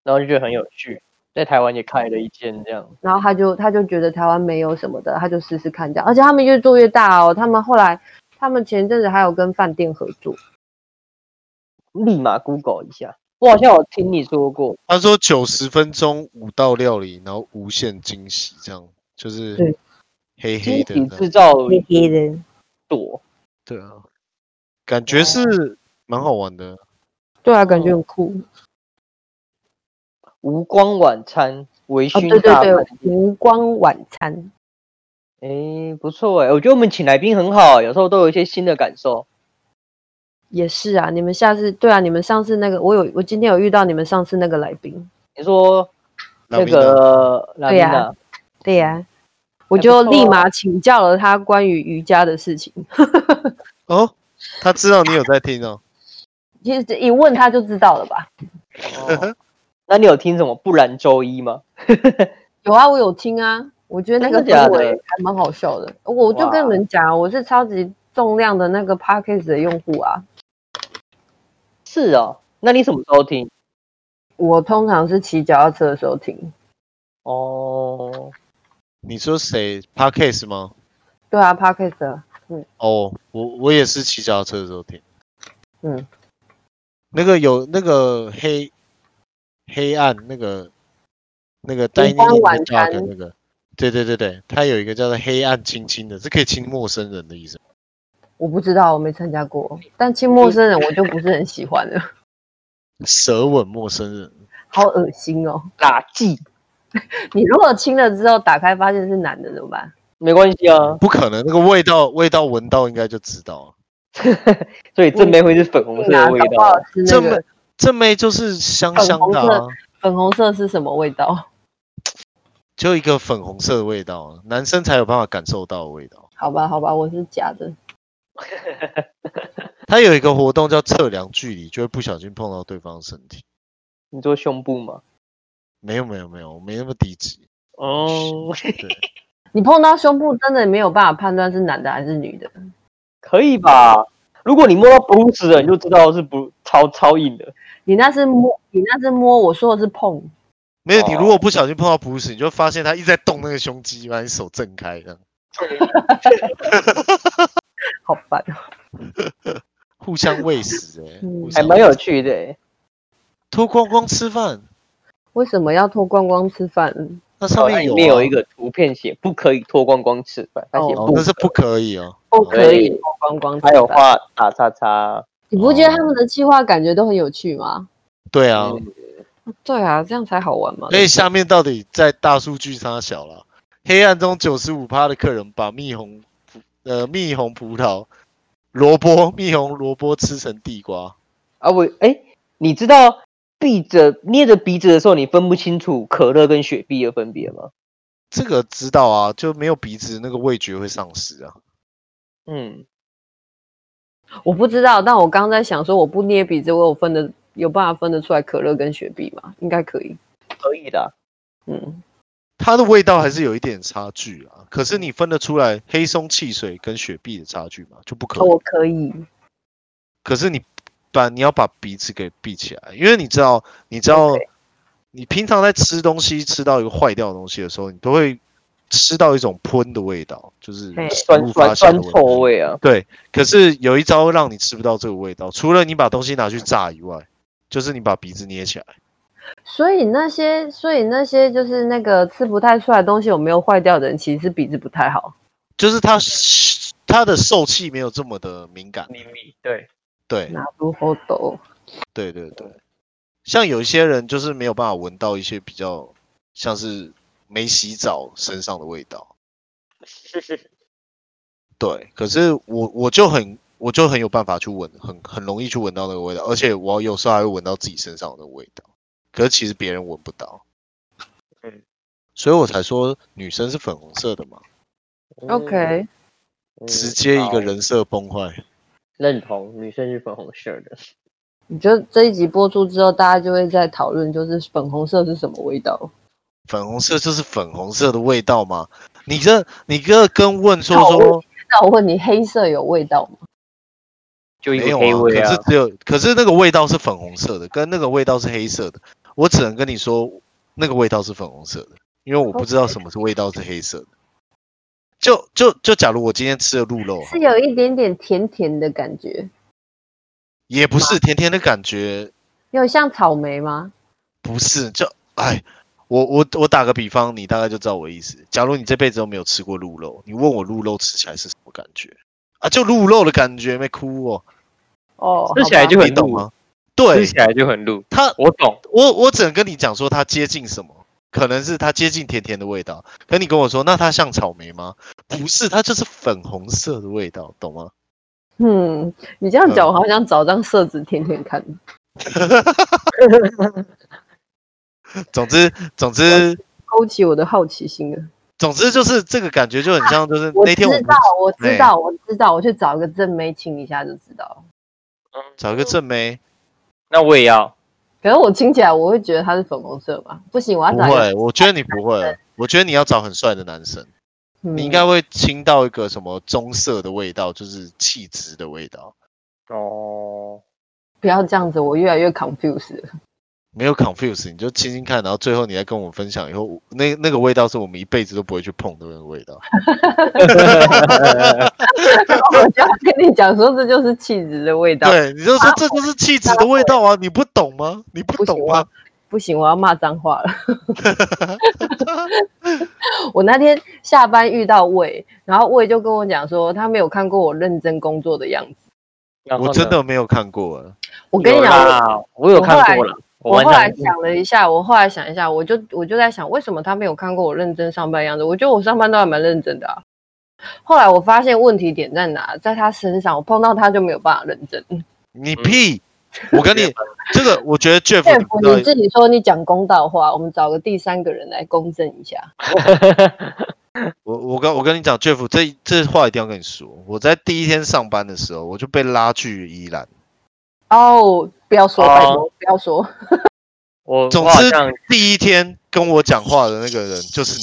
Speaker 3: 然后就觉得很有趣，在台湾也开了一间这样。
Speaker 4: 然后他就他就觉得台湾没有什么的，他就试试看这样。而且他们越做越大哦，他们后来他们前一阵子还有跟饭店合作，
Speaker 3: 立马 Google 一下，我好像有听你说过，
Speaker 1: 他说九十分钟五道料理，然后无限惊喜，这样就是
Speaker 4: 对
Speaker 1: 黑黑
Speaker 3: 惊
Speaker 1: 的
Speaker 3: 喜
Speaker 1: 这
Speaker 3: 制
Speaker 1: 样。
Speaker 3: 造
Speaker 4: 黑人。
Speaker 3: 朵，
Speaker 1: 对啊，感
Speaker 3: 哦
Speaker 1: 觉是蛮好玩的。
Speaker 4: 对啊，感觉很酷
Speaker 3: 无光晚餐，微
Speaker 4: 哦！
Speaker 3: 醺
Speaker 4: 对对
Speaker 3: 大
Speaker 4: 对
Speaker 3: 饭，店
Speaker 4: 烛光晚餐，
Speaker 3: 哎、不错哎、我觉得我们请来宾很好、有时候都有一些新的感受。
Speaker 4: 也是啊，你们下次对啊，你们上次那个，我有我今天有遇到你们上次那个来宾，
Speaker 3: 你说
Speaker 1: 拉啊
Speaker 3: 那
Speaker 1: 米娜
Speaker 3: 个拉啊
Speaker 4: 对
Speaker 3: 米
Speaker 4: 呀
Speaker 3: 娜，
Speaker 4: 对呀、我
Speaker 3: 还不
Speaker 4: 就
Speaker 3: 错
Speaker 4: 立
Speaker 3: 啊
Speaker 4: 马请教了他关于瑜伽的事情。
Speaker 1: 哦，他知道你有在听哦。
Speaker 4: 其实这一问他就知道了吧？
Speaker 3: 哦那你有听什么不然周一吗？
Speaker 4: 有啊，我有听啊，我觉得那
Speaker 3: 真
Speaker 4: 个
Speaker 3: 的假
Speaker 4: 氛围
Speaker 3: 的
Speaker 4: 还蛮好笑的。我就跟你
Speaker 3: 哇
Speaker 4: 们讲，啊我是超级重量的那个 p a c k a g e 的用户啊，
Speaker 3: 是哦，那你什么时候听？
Speaker 4: 我通常是骑脚踏车的时候听。
Speaker 3: 哦，
Speaker 1: 你说谁 p a r k a s 吗？
Speaker 4: 对啊 p a c k a g e
Speaker 1: 哦，我我也是骑脚踏车的时候听。
Speaker 4: 嗯，
Speaker 1: 那个有那个黑黑暗那个那个
Speaker 4: 烛
Speaker 1: 丹尼
Speaker 4: 光
Speaker 1: 的
Speaker 4: 晚
Speaker 1: dark
Speaker 4: 餐
Speaker 1: 那个，对对对对，它有一个叫做黑暗亲亲的，这可以亲陌生人的意思吗。
Speaker 4: 我不知道，我没参加过，但亲陌生人我就不是很喜欢了，
Speaker 1: 舌吻陌生人，
Speaker 4: 好恶心哦。
Speaker 3: 打记
Speaker 4: 你如果亲了之后打开发现是男的怎么办？
Speaker 3: 没关系啊，
Speaker 1: 不可能，那个味道味道闻到应该就知道了。啊
Speaker 3: 所以正妹会是粉红色的味
Speaker 4: 搞不好
Speaker 3: 道，啊
Speaker 4: 是那
Speaker 1: 这妹
Speaker 4: 个
Speaker 1: 这妹就是香
Speaker 4: 粉
Speaker 1: 香
Speaker 4: 红
Speaker 1: 的、
Speaker 4: 色
Speaker 1: 啊，
Speaker 4: 粉红色是什么味道？
Speaker 1: 啊就一个粉红色的味道，男生才有办法感受到的味道。啊
Speaker 4: 好吧，好吧，我是假的。
Speaker 1: 它有一个活动叫测量距离，就会不小心碰到对方的身体。
Speaker 3: 你做胸部吗？
Speaker 1: 没有没有没有，我没那么低级。
Speaker 3: 哦，
Speaker 4: 你碰到胸部真的没有办法判断是男的还是女的，
Speaker 3: 可以吧？如果你摸到 Bruce 了，你就知道是不超超硬的。
Speaker 4: 你那是摸，你那是摸，我说的是碰。
Speaker 1: 没有，你
Speaker 3: 哦
Speaker 1: 如果不小心碰到普死，你就发现他一直在动那个胸肌，把你手震开这样。
Speaker 4: 好烦哦，
Speaker 1: 互相喂食、欸，
Speaker 4: 嗯
Speaker 1: 互相
Speaker 3: 还蛮有趣的欸。
Speaker 1: 脱光光吃饭，
Speaker 4: 为什么要脱光光吃饭？
Speaker 1: 那上
Speaker 3: 它
Speaker 1: 面
Speaker 3: 里
Speaker 1: 有、啊
Speaker 3: 面有一，个图片写不可以脱光光吃饭，它写
Speaker 1: 哦
Speaker 3: 不，
Speaker 1: 那是不可以哦。
Speaker 4: 不
Speaker 3: 可
Speaker 4: 可
Speaker 3: 以
Speaker 4: 以脱光光吃
Speaker 3: 还有
Speaker 4: 饭。
Speaker 3: 画打叉叉。
Speaker 4: 你不觉得他们的计划感觉都很有趣吗？
Speaker 1: 对啊，
Speaker 3: 嗯
Speaker 4: 对啊，这样才好玩嘛。
Speaker 1: 所以下面到底在大数据差小了？黑暗中九十五趴的客人把蜜红葡呃蜜红葡萄、萝卜、蜜红萝卜吃成地瓜，
Speaker 3: 啊，我哎、你知道闭着捏着鼻子的时候，你分不清楚可乐跟雪碧的分别吗？
Speaker 1: 这个知道啊，就没有鼻子那个味觉会丧失啊。
Speaker 3: 嗯，
Speaker 4: 我不知道，但我刚刚在想说，我不捏鼻子，我有分的有办法分得出来可乐跟雪碧吗？应该可以。
Speaker 3: 可以的。啊
Speaker 4: 嗯，
Speaker 1: 它的味道还是有一点差距啊，可是你分得出来黑松汽水跟雪碧的差距吗？就不
Speaker 3: 哦
Speaker 1: 可以。
Speaker 4: 我可以。
Speaker 1: 可是你把你要把鼻子给闭起来，因为你知道，你知道
Speaker 3: OK
Speaker 1: 你平常在吃东西吃到一个坏掉的东西的时候，你都会吃到一种喷的味道，就是
Speaker 4: 嘿
Speaker 1: 食
Speaker 3: 酸
Speaker 1: 物
Speaker 3: 酸
Speaker 1: 发酵
Speaker 3: 酸
Speaker 1: 的
Speaker 3: 臭。味啊！
Speaker 1: 对，可是有一招让你吃不到这个味道，除了你把东西拿去炸以外，就是你把鼻子捏起来。
Speaker 4: 所以那些，所以那些就是那个吃不太出来的东西有没有坏掉的人，其实是鼻子不太好。
Speaker 1: 就是它它的受气没有这么的敏感，
Speaker 3: 你你 对，
Speaker 1: 对
Speaker 4: 拿出后斗，
Speaker 1: 对对对，像有一些人就是没有办法闻到一些比较像是没洗澡身上的味道，对，可是我我就很我就很有办法去闻，很很容易去闻到那个味道，而且我有时候还会闻到自己身上的那个味道，可是其实别人闻不到，
Speaker 3: 嗯，
Speaker 1: 所以我才说女生是粉红色的嘛，
Speaker 4: 嗯 OK，
Speaker 3: 嗯
Speaker 1: 直接一
Speaker 3: 好
Speaker 1: 个人设崩坏，
Speaker 3: 认同女生是粉红色的。
Speaker 4: 你觉得这一集播出之后，大家就会在讨论，就是粉红色是什么味道？
Speaker 1: 粉红色就是粉红色的味道嘛，你这你这跟问说
Speaker 4: 好
Speaker 1: 说。
Speaker 4: 那我问你，黑色有味道吗？
Speaker 3: 就一
Speaker 1: 没
Speaker 3: 个
Speaker 1: 有
Speaker 3: 黑味
Speaker 1: 可
Speaker 3: 啊
Speaker 1: 是！只有，可是那个味道是粉红色的，跟那个味道是黑色的。我只能跟你说，那个味道是粉红色的，因为我不知道什么是味道是黑色的。就就就，假如我今天吃了鹿肉，
Speaker 4: 是有一点点甜甜的感觉，
Speaker 1: 也不是甜甜的感觉，
Speaker 4: 有像草莓吗？
Speaker 1: 不是就哎，我我我打个比方，你大概就知道我意思。假如你这辈子都没有吃过鹿肉，你问我鹿肉吃起来是什么感觉啊？就鹿肉的感觉，没哭哦，
Speaker 4: 哦，
Speaker 3: 吃起来
Speaker 4: 好吧
Speaker 3: 就很
Speaker 1: 你懂
Speaker 3: 鹿
Speaker 1: 吗？对
Speaker 3: 吃，起来就很露。
Speaker 1: 它
Speaker 3: 我懂，
Speaker 1: 我我只能跟你讲说它接近什么，可能是它接近甜甜的味道。可你跟我说，那它像草莓吗？不是，它就是粉红色的味道，懂吗？
Speaker 4: 嗯，你这样讲，
Speaker 1: 嗯
Speaker 4: 我好想找张色纸舔舔看。
Speaker 1: 总之，总之，
Speaker 4: 勾起我的好奇心了。
Speaker 1: 总之就是这个感觉就很像，就是
Speaker 4: 我
Speaker 1: 那
Speaker 4: 知
Speaker 1: 天我
Speaker 4: 道
Speaker 1: 们，
Speaker 4: 我知道，我知道，我去找一个正妹亲一下就知道了。
Speaker 1: 找一个正妹，
Speaker 3: 那我也要。
Speaker 4: 可是我亲起来，我会觉得它是粉红色吧？不行，我要
Speaker 1: 不
Speaker 4: 找一个。
Speaker 1: 会，我觉得你不会，我觉得你要找很帅的男生，
Speaker 4: 嗯
Speaker 1: 你应该会亲到一个什么棕色的味道，就是气质的味道，
Speaker 3: 哦，
Speaker 4: 不要这样子，我越来越 confused 了。
Speaker 1: 没有 confuse，你就亲亲看，然后最后你再跟我们分享以后，那那个味道是我们一辈子都不会去碰的那个味 道。
Speaker 4: 我就要跟你讲说，这就是气质的味道。
Speaker 1: 对，你就说这就是气质的味道啊，你不懂吗？你不
Speaker 4: 不行
Speaker 1: 懂啊吗？
Speaker 3: 啊
Speaker 4: 不行，我要骂脏 话了。我那天下班遇到魏，然后魏就跟我讲说，他没有看过我认真工作的样子。
Speaker 3: 然后
Speaker 1: 我
Speaker 3: 呢
Speaker 1: 真的没有看过啊，
Speaker 4: 我跟你讲，我
Speaker 3: 啦，我有
Speaker 4: 我后
Speaker 3: 看
Speaker 4: 来
Speaker 3: 过了。
Speaker 4: 我
Speaker 3: 晚
Speaker 4: 后
Speaker 3: 上
Speaker 4: 来想了一下，我后来想一下，我就我就在想，为什么他没有看过我认真上班的样子？我觉得我上班都还蛮认真的啊。后来我发现问题点在哪，在他身上，我碰到他就没有办法认真。
Speaker 1: 你
Speaker 3: 嗯
Speaker 1: 屁！我跟 你这个，我觉得 Jeff
Speaker 4: 佩
Speaker 1: 你
Speaker 4: 服
Speaker 1: 不
Speaker 4: 你
Speaker 1: 知道，
Speaker 4: 自己说你讲公道话，我们找个第三个人来公正一下。
Speaker 1: 我我跟我跟你讲，Jeff，这这话一定要跟你说。我在第一天上班的时候，我就被拉去宜兰。
Speaker 4: 哦，不要说，拜
Speaker 3: 哦
Speaker 4: 托，不要说。
Speaker 3: 我
Speaker 1: 总
Speaker 3: 我好
Speaker 1: 之
Speaker 3: 像，
Speaker 1: 第一天跟我讲话的那个人就是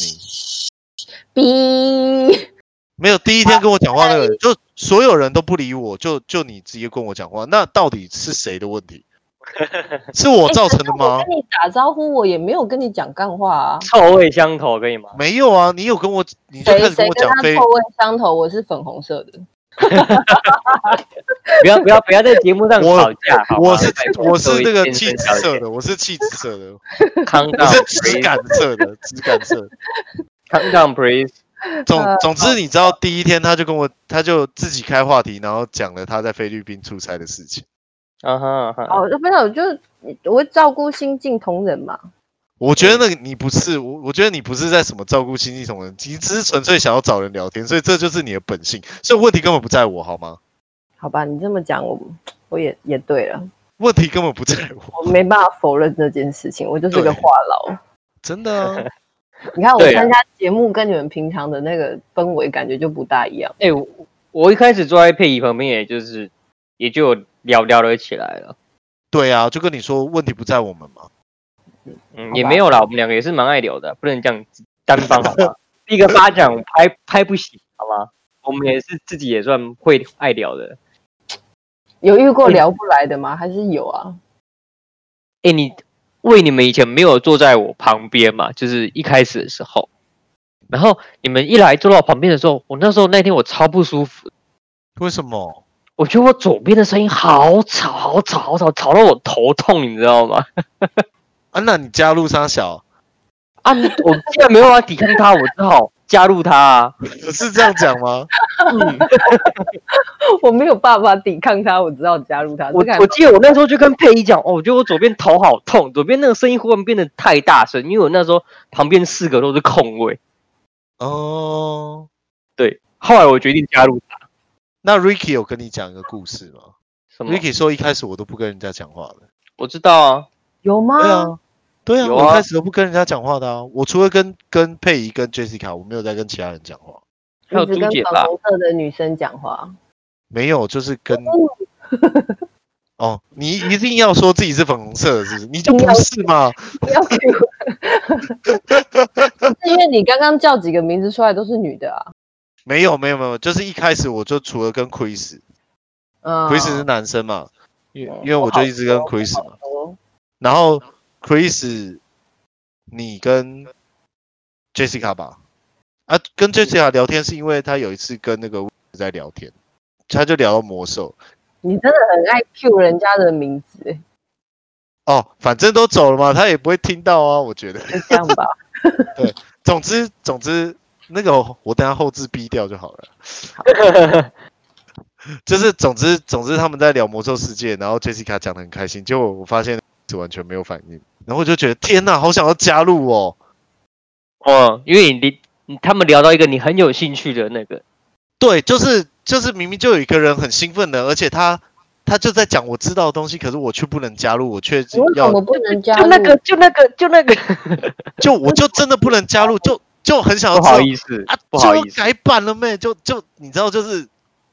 Speaker 1: 你，
Speaker 4: 哔，
Speaker 1: 没有第一
Speaker 4: 啊
Speaker 1: 天跟我讲话那个人，就所有人都不理我，就就你直接跟我讲话，那到底是谁的问 题？是我造成的吗
Speaker 4: 我？跟你打招呼，我也没有跟你讲干话啊。
Speaker 3: 臭味相投，可以吗？
Speaker 1: 没有啊，你有跟我，你就
Speaker 4: 谁
Speaker 1: 开始跟
Speaker 4: 谁
Speaker 1: 我
Speaker 4: 跟
Speaker 1: 讲
Speaker 4: 他
Speaker 1: 非
Speaker 4: 臭味相投？我是粉红色的。
Speaker 3: 不要不要不要在节目上
Speaker 1: 我
Speaker 3: 吵架，好吗
Speaker 1: 我是
Speaker 3: 拜托
Speaker 1: 我是那
Speaker 3: 各
Speaker 1: 个
Speaker 3: 位
Speaker 1: 气
Speaker 3: 先
Speaker 1: 质
Speaker 3: 生小
Speaker 1: 色
Speaker 3: 姐
Speaker 1: 的，我是气质色的，
Speaker 3: ，calm
Speaker 1: 我是
Speaker 3: down
Speaker 1: 质感色的，质感色的。
Speaker 3: please，calm down please，
Speaker 1: 总
Speaker 4: 呃
Speaker 1: 总之，你知道第一天他就跟我，他就自己开话题，然后讲了他在菲律宾出差的事情。
Speaker 3: 啊哈啊
Speaker 1: 嗯
Speaker 3: 哈，
Speaker 4: 哦，没有，就是我会照顾新进同仁嘛。
Speaker 1: 我觉得那个你不是我，我觉得你不是在什么照顾亲戚什么人，你只是纯粹想要找人聊天，所以这就是你的本性。所以问题根本不在我，好吗？
Speaker 4: 好吧，你这么讲，我我也也对了，
Speaker 1: 问题根本不在我，
Speaker 4: 我没办法否认这件事情，我就是个
Speaker 1: 对
Speaker 4: 话痨。
Speaker 1: 真的啊。
Speaker 4: 你看我
Speaker 3: 对啊
Speaker 4: 参加节目跟你们平常的那个氛围感觉就不大一样。
Speaker 3: 哎、我我一开始坐在佩仪旁边，也就是也就聊聊了起来了。
Speaker 1: 对啊，就跟你说问题不在我们嘛。
Speaker 3: 嗯，
Speaker 4: 吧
Speaker 3: 也没有啦，我们两个也是蛮爱聊的，不能这样子单方好 吧？一个巴掌拍拍不醒好吗？我们也是自己也算会爱聊的。
Speaker 4: 有遇
Speaker 1: 嗯
Speaker 4: 过聊不来的吗？还是有啊？
Speaker 3: 哎、你为你们以前没有坐在我旁边嘛，就是一开始的时候，然后你们一来坐到我旁边的时候，我那时候那天我超不舒服，
Speaker 1: 为什么？
Speaker 3: 我觉得我左边的声音好吵，好吵，好吵，吵到我头痛，你知道吗？
Speaker 1: 啊，那你加入沙小
Speaker 3: 啊，你我既然没有办法抵抗他，我只好加入他啊。
Speaker 1: 是这样讲吗？
Speaker 4: 我没有办法抵抗他，我只好加入他。
Speaker 3: 我
Speaker 4: 这个还
Speaker 3: 我记得我那时候就跟佩仪讲，哦，我觉得我左边头好痛，左边那个声音忽然变得太大声，因为我那时候旁边四个都是空位。
Speaker 1: 哦，
Speaker 3: 对，后来我决定加入他。
Speaker 1: 那 Ricky 有跟你讲一个故事吗
Speaker 3: 什么？
Speaker 1: ？Ricky 说一开始我都不跟人家讲话的。
Speaker 3: 我知道啊，
Speaker 4: 有吗？
Speaker 1: 对啊，对啊，
Speaker 3: 有
Speaker 1: 我一
Speaker 3: 啊
Speaker 1: 开始都不跟人家讲话的啊，我除了跟跟佩仪跟 Jessica，我没有在跟其他人讲话，
Speaker 3: 还有
Speaker 4: 你只
Speaker 3: 朱
Speaker 4: 跟
Speaker 3: 姐
Speaker 4: 粉
Speaker 3: 吧？
Speaker 4: 红色的女生讲话，
Speaker 1: 没有，就是跟。 哦，你一定要说自己是粉红色的，是不是？你就不是嘛？
Speaker 4: 不要给我。 是因为你刚刚叫几个名字出来都是女的啊？
Speaker 1: 没有，没有，没有，就是一开始我就除了跟 Chris，Chris
Speaker 4: 嗯，
Speaker 1: 是男生嘛，因为
Speaker 4: 嗯
Speaker 1: 因为我就一直跟
Speaker 4: 不好说
Speaker 1: Chris
Speaker 4: 不好哦
Speaker 1: 嘛，
Speaker 4: 说
Speaker 1: 然后 Chris，你跟 Jessica 吧，啊，跟 Jessica 聊天是因为他有一次跟那个在聊天，他就聊到魔兽，
Speaker 4: 你真的很爱 Q 人家的名字，欸
Speaker 1: 哦，反正都走了嘛，他也不会听到啊，我觉得。
Speaker 4: 就这样吧。
Speaker 1: 总之，总之，那个我等下后置逼掉就好 了。就是，总之，总之，他们在聊魔兽世界，然后 Jessica 讲的很开心，结果我发现是完全没有反应，然后我就觉得天哪，好想要加入哦。
Speaker 3: 哦，因为你离你他们聊到一个你很有兴趣的那个，
Speaker 1: 对，就是就是，明明就有一个人很兴奋的，而且他他就在讲我知道的东西，可是我却不能加入，我却
Speaker 4: 你为什
Speaker 1: 要
Speaker 4: 么不能加
Speaker 3: 就
Speaker 4: 入？
Speaker 3: 那个，就那个，就那个，
Speaker 1: 就我就真的不能加入，就就很想要
Speaker 3: 不
Speaker 1: 知道
Speaker 3: 好意思
Speaker 1: 啊，，
Speaker 3: 不好意
Speaker 1: 就
Speaker 3: 思
Speaker 1: 改版了妹，就就你知道，就是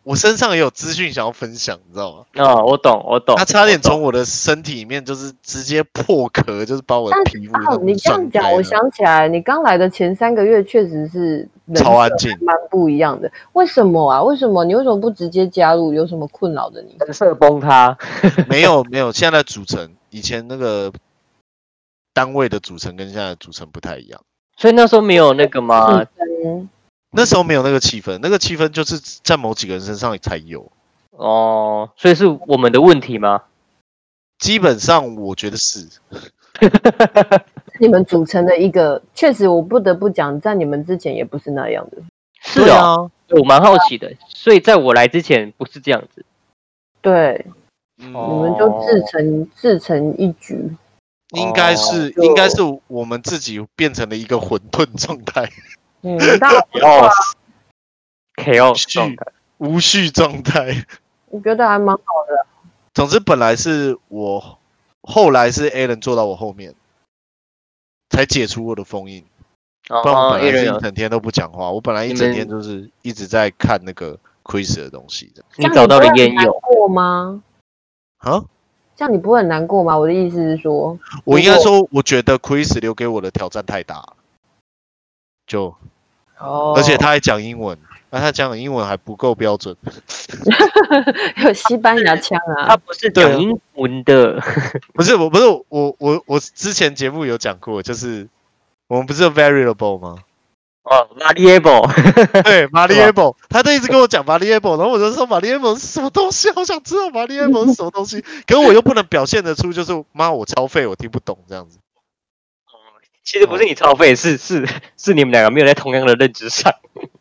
Speaker 1: 我身上也有资讯想要分享，你知道吗？
Speaker 3: 啊，我懂，我懂。
Speaker 1: 他差点
Speaker 3: 我懂
Speaker 1: 从我的身体里面就是直接破壳，就是把我的
Speaker 4: 但
Speaker 1: 皮肤
Speaker 4: 哦，
Speaker 1: 都
Speaker 4: 你这样
Speaker 1: 撞开
Speaker 4: 讲，我
Speaker 1: 了
Speaker 4: 想起来，你刚来的前三个月确实是人
Speaker 1: 超
Speaker 4: 设
Speaker 1: 安静，
Speaker 4: 蛮不一样的。为什么啊？为什么你为什么不直接加入？有什么困扰的你？
Speaker 3: 人设崩塌，
Speaker 1: 没有没有，现在的组成以前那个单位的组成跟现在的组成不太一样。
Speaker 3: 所以那时候没有那个嘛，
Speaker 4: 嗯，
Speaker 1: 那时候没有那个气氛，那个气氛就是在某几个人身上才有。
Speaker 3: 哦，所以是我们的问题吗？
Speaker 1: 基本上我觉得是，
Speaker 4: 你们组成的一个，确实我不得不讲，在你们之前也不是那样的。
Speaker 3: 是
Speaker 1: 对
Speaker 3: 哦，
Speaker 1: 啊，
Speaker 3: 我蛮好奇的。所以在我来之前不是这样子，
Speaker 4: 对，
Speaker 1: 嗯
Speaker 3: 哦，
Speaker 4: 你们就自成自成一局。
Speaker 1: 应该是
Speaker 4: 哦就
Speaker 1: 应该是我们自己变成了一个混沌状态。
Speaker 4: 嗯，大
Speaker 3: 哦，KO
Speaker 1: 是
Speaker 3: 状态
Speaker 1: 无序状态。
Speaker 4: 我觉得还蛮好的。
Speaker 1: 总之，本来是我，后来是 a l a n 坐到我后面，才解除我的封印。不然我
Speaker 3: 哦，
Speaker 1: 本
Speaker 3: 一
Speaker 1: 来是
Speaker 3: 人
Speaker 1: 一
Speaker 3: 有，
Speaker 1: 整天都不讲话，我本来一
Speaker 3: 你
Speaker 1: 整
Speaker 3: 们
Speaker 1: 天就是一直在看那个 Chris 的东西的
Speaker 4: 这
Speaker 3: 你
Speaker 4: 样
Speaker 3: 找到了
Speaker 4: 不会很
Speaker 3: 烟
Speaker 4: 难
Speaker 3: 友，
Speaker 4: 过吗？
Speaker 1: 啊。
Speaker 4: 这样你不会很难过吗？我的意思是说，
Speaker 1: 我应
Speaker 4: 如
Speaker 1: 该
Speaker 4: 果
Speaker 1: 说，我觉得 Chris 留给我的挑战太大了，就
Speaker 4: 哦
Speaker 1: 而且他还讲英文，那他讲的英文还不够标准，
Speaker 4: 有西班牙腔
Speaker 3: 他
Speaker 4: 啊，
Speaker 3: 不是
Speaker 1: 对啊
Speaker 3: 讲英文的，
Speaker 1: 不是我不是我我我我之前节目有讲过，就是我们不是有 variable 吗？
Speaker 3: 哦，variable，
Speaker 1: 对 variable，他都一直跟我讲 variable，然后我就说 variable 是什么东西， 好想知道 variable 是什么东西，可是我又不能表现得出，就是妈我超废，我听不懂这样子。
Speaker 3: 其实不是你超费，是是是你们两个没有在同样的认知上。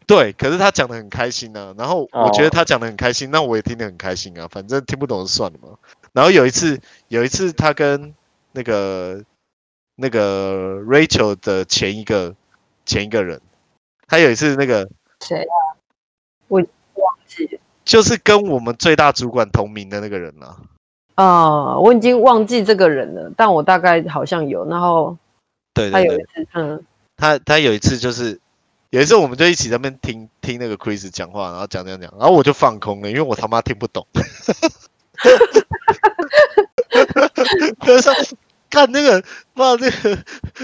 Speaker 1: 对，可是他讲的很开心呢、然后我觉
Speaker 3: 哦
Speaker 1: 得他讲的很开心，那我也听得很开心啊，反正听不懂就算了嘛。然后有一次，有一次他跟那个那个 Rachel 的前一个前一个人，他有一次那个
Speaker 4: 谁啊？我忘记了
Speaker 1: 就是跟我们最大主管同名的那个人啊，
Speaker 4: 啊、我已经忘记这个人了，但我大概好像有。然后
Speaker 1: 对
Speaker 4: 他
Speaker 1: 对
Speaker 4: 有
Speaker 1: 对
Speaker 4: 一，次，嗯，
Speaker 1: 他他有一次就是有一次我们就一起在那边听听那个 Chris 讲话，然后讲讲讲，然后我就放空了，因为我他妈听不懂。 可是看那个，哇，那个